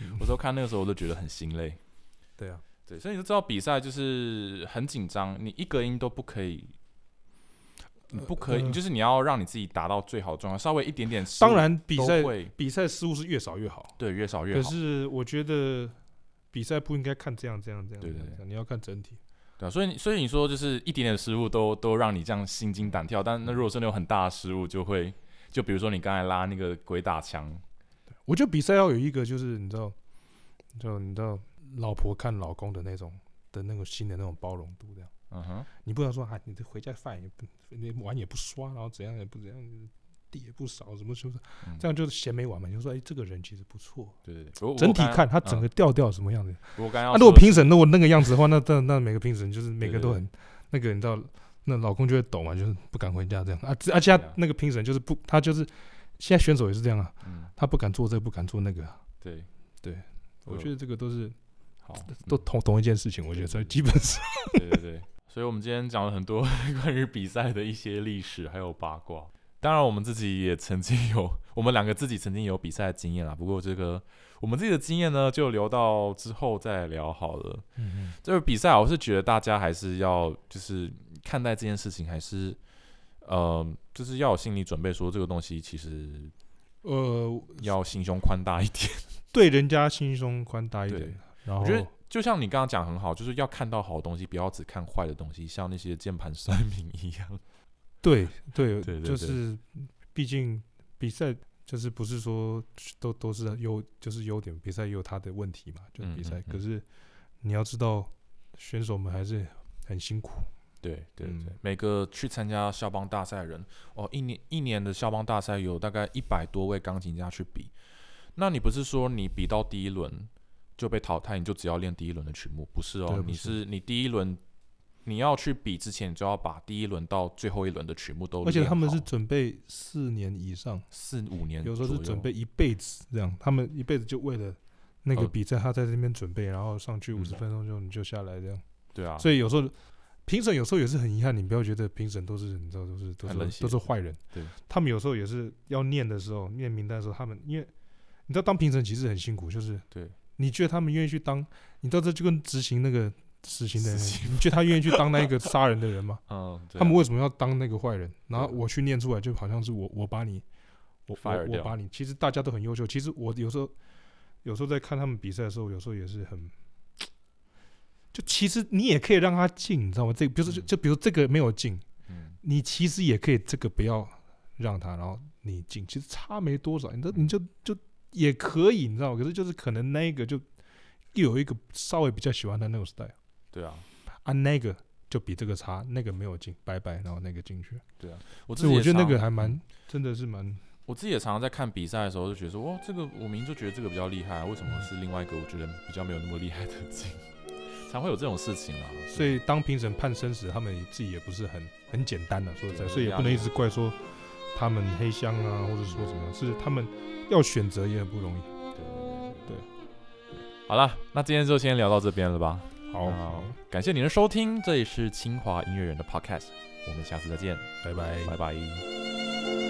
Speaker 2: 嗯，
Speaker 1: <laughs> 我说看那个时候我都觉得很心累。
Speaker 2: 对啊，
Speaker 1: 对，所以你就知道比赛就是很紧张，你一个音都不可以，你不可以，
Speaker 2: 呃
Speaker 1: 就是你要让你自己达到最好的状态，稍微一点点失误
Speaker 2: 当然比
Speaker 1: 都
Speaker 2: 赛
Speaker 1: 会
Speaker 2: 比赛失误是越少越好，
Speaker 1: 对越少越
Speaker 2: 可
Speaker 1: 好，
Speaker 2: 是我觉得比赛不应该看这样这样这样，
Speaker 1: 对对
Speaker 2: 这样
Speaker 1: 对
Speaker 2: 这样你要看整体。
Speaker 1: 对啊，所以你所以你说就是一点点失误都都让你这样心惊胆跳，但那如果真的有很大的失误，就会就比如说你刚才拉那个鬼打墙，
Speaker 2: 我觉得比赛要有一个就是你知道，就你知道老婆看老公的那种的那个心的那种包容度这样。
Speaker 1: 嗯哼，
Speaker 2: 你不能说啊，你这回家饭也不，你碗也不刷，然后怎样也不怎样，地也不扫，什么就是、
Speaker 1: 嗯
Speaker 2: 这样就是嫌没完嘛。你就说，哎，这个人其实不错，
Speaker 1: 对对对，我我
Speaker 2: 整体
Speaker 1: 刚
Speaker 2: 看他整
Speaker 1: 嗯
Speaker 2: 个调调什么样子。
Speaker 1: 我刚刚
Speaker 2: 啊，
Speaker 1: 要
Speaker 2: 如果
Speaker 1: 说
Speaker 2: 评审如果那个样子的话，那那那每个评审就是每个
Speaker 1: 对对
Speaker 2: 都很那个，你知道，那老公就会抖嘛，就是不敢回家这样啊。而且他
Speaker 1: 对啊
Speaker 2: 那个评审就是不，他就是现在选手也是这样啊，
Speaker 1: 嗯
Speaker 2: 他不敢做这个，不敢做那个啊、
Speaker 1: 对
Speaker 2: 对，我
Speaker 1: 嗯
Speaker 2: 觉得这个都是
Speaker 1: 好
Speaker 2: 都同同一件事情，我觉得
Speaker 1: 对对对
Speaker 2: 在基本上，
Speaker 1: 对对对，所以我们今天讲了很多 <laughs> 关于比赛的一些历史还有八卦。当然，我们自己也曾经有，我们两个自己曾经有比赛的经验啦。不过这个我们自己的经验呢，就留到之后再聊好了。
Speaker 2: 嗯
Speaker 1: 这个比赛啊，我是觉得大家还是要就是看待这件事情，还是呃，就是要有心理准备，说这个东西其实
Speaker 2: 嗯，呃，
Speaker 1: 要心胸宽大一点。 <laughs>
Speaker 2: 对人家心胸宽大一
Speaker 1: 对
Speaker 2: 点，然后
Speaker 1: 我觉得就像你刚刚讲很好，就是要看到好东西，不要只看坏的东西，像那些键盘 <laughs> 酸民一样。
Speaker 2: 对对
Speaker 1: 对对对
Speaker 2: 就是毕竟比赛。就是不是说都都是优，就是优点，比赛也有他的问题嘛，就是比
Speaker 1: 嗯
Speaker 2: 赛。
Speaker 1: 嗯嗯
Speaker 2: 可是你要知道，选手们还是很辛苦。
Speaker 1: 对对
Speaker 2: 嗯
Speaker 1: 对，每个去参加校邦大赛的人，哦，一年一年的校邦大赛有大概一百多位钢琴家去比。那你不是说你比到第一轮就被淘汰，你就只要练第一轮的曲目？不是哦
Speaker 2: 对，
Speaker 1: 你
Speaker 2: 不是
Speaker 1: 是你第一轮你要去比之前，你就要把第一轮到最后一轮的曲目都
Speaker 2: 而且
Speaker 1: 练
Speaker 2: 他们
Speaker 1: 好
Speaker 2: 是准备四年以上，
Speaker 1: 四五年左
Speaker 2: 有
Speaker 1: 右，
Speaker 2: 时候是准备一辈子这样，他们一辈子就为了那个
Speaker 1: 呃
Speaker 2: 比赛，他在这边准备，然后上去
Speaker 1: 嗯
Speaker 2: 五十分钟就你就下来这样。
Speaker 1: 对啊，
Speaker 2: 所以有时候评审有时候也是很遗憾，你不要觉得评审都是你知道都是都
Speaker 1: 很冷
Speaker 2: 是
Speaker 1: 血
Speaker 2: 都是坏人，
Speaker 1: 对，
Speaker 2: 他们有时候也是要念的时候，念名单的时候，他们因为你知道当评审其实很辛苦，就是
Speaker 1: 对，
Speaker 2: 你觉得他们愿意去当，你知道这就跟执行那个死刑的人
Speaker 1: 死，刑
Speaker 2: 你觉得他愿意去当那一个杀人的人吗？
Speaker 1: 嗯，对啊
Speaker 2: 他们为什么要当那个坏人？然后
Speaker 1: 对啊
Speaker 2: 我去念出来，就好像是我我把你，我我
Speaker 1: Fire
Speaker 2: 我
Speaker 1: 掉
Speaker 2: 把你。其实大家都很优秀。其实我有时候有时候在看他们比赛的时候，有时候也是很，就其实你也可以让他进，你知道吗？这比如说就
Speaker 1: 嗯
Speaker 2: 就比如这个没有进，
Speaker 1: 嗯
Speaker 2: 你其实也可以这个不要让他，然后你进，其实差没多少，你都
Speaker 1: 嗯
Speaker 2: 你就就也可以，你知道吗？可是就是可能那一个就又有一个稍微比较喜欢他那种 style
Speaker 1: 对啊，
Speaker 2: 啊，那个就比这个差，那个没有进，拜拜，然后那个进去。
Speaker 1: 我自
Speaker 2: 所
Speaker 1: 己
Speaker 2: 以
Speaker 1: 也
Speaker 2: 我
Speaker 1: 嗯
Speaker 2: 觉得那
Speaker 1: 常
Speaker 2: 个还蛮，真的是蛮，
Speaker 1: 我自己也常常在看比赛的时候就觉得说，哇，这个我明明就觉得这个比较厉害，为什么是另外一个我觉得比较没有那么厉害的进？ <laughs> 常会有这种事情啊。
Speaker 2: 所以当评审判生死，他们自己也不是很很简单的、说实在，
Speaker 1: 对
Speaker 2: 所以也不能一直怪说他们黑箱啊，或者说什么，是他们要选择也很不容易。
Speaker 1: 对对对对对。好了，那今天就先聊到这边了吧。
Speaker 2: 好，
Speaker 1: 好感谢您的收听，这里是清华音乐人的 Podcast，
Speaker 3: 我们下次再见，
Speaker 2: 拜拜。
Speaker 3: 拜拜。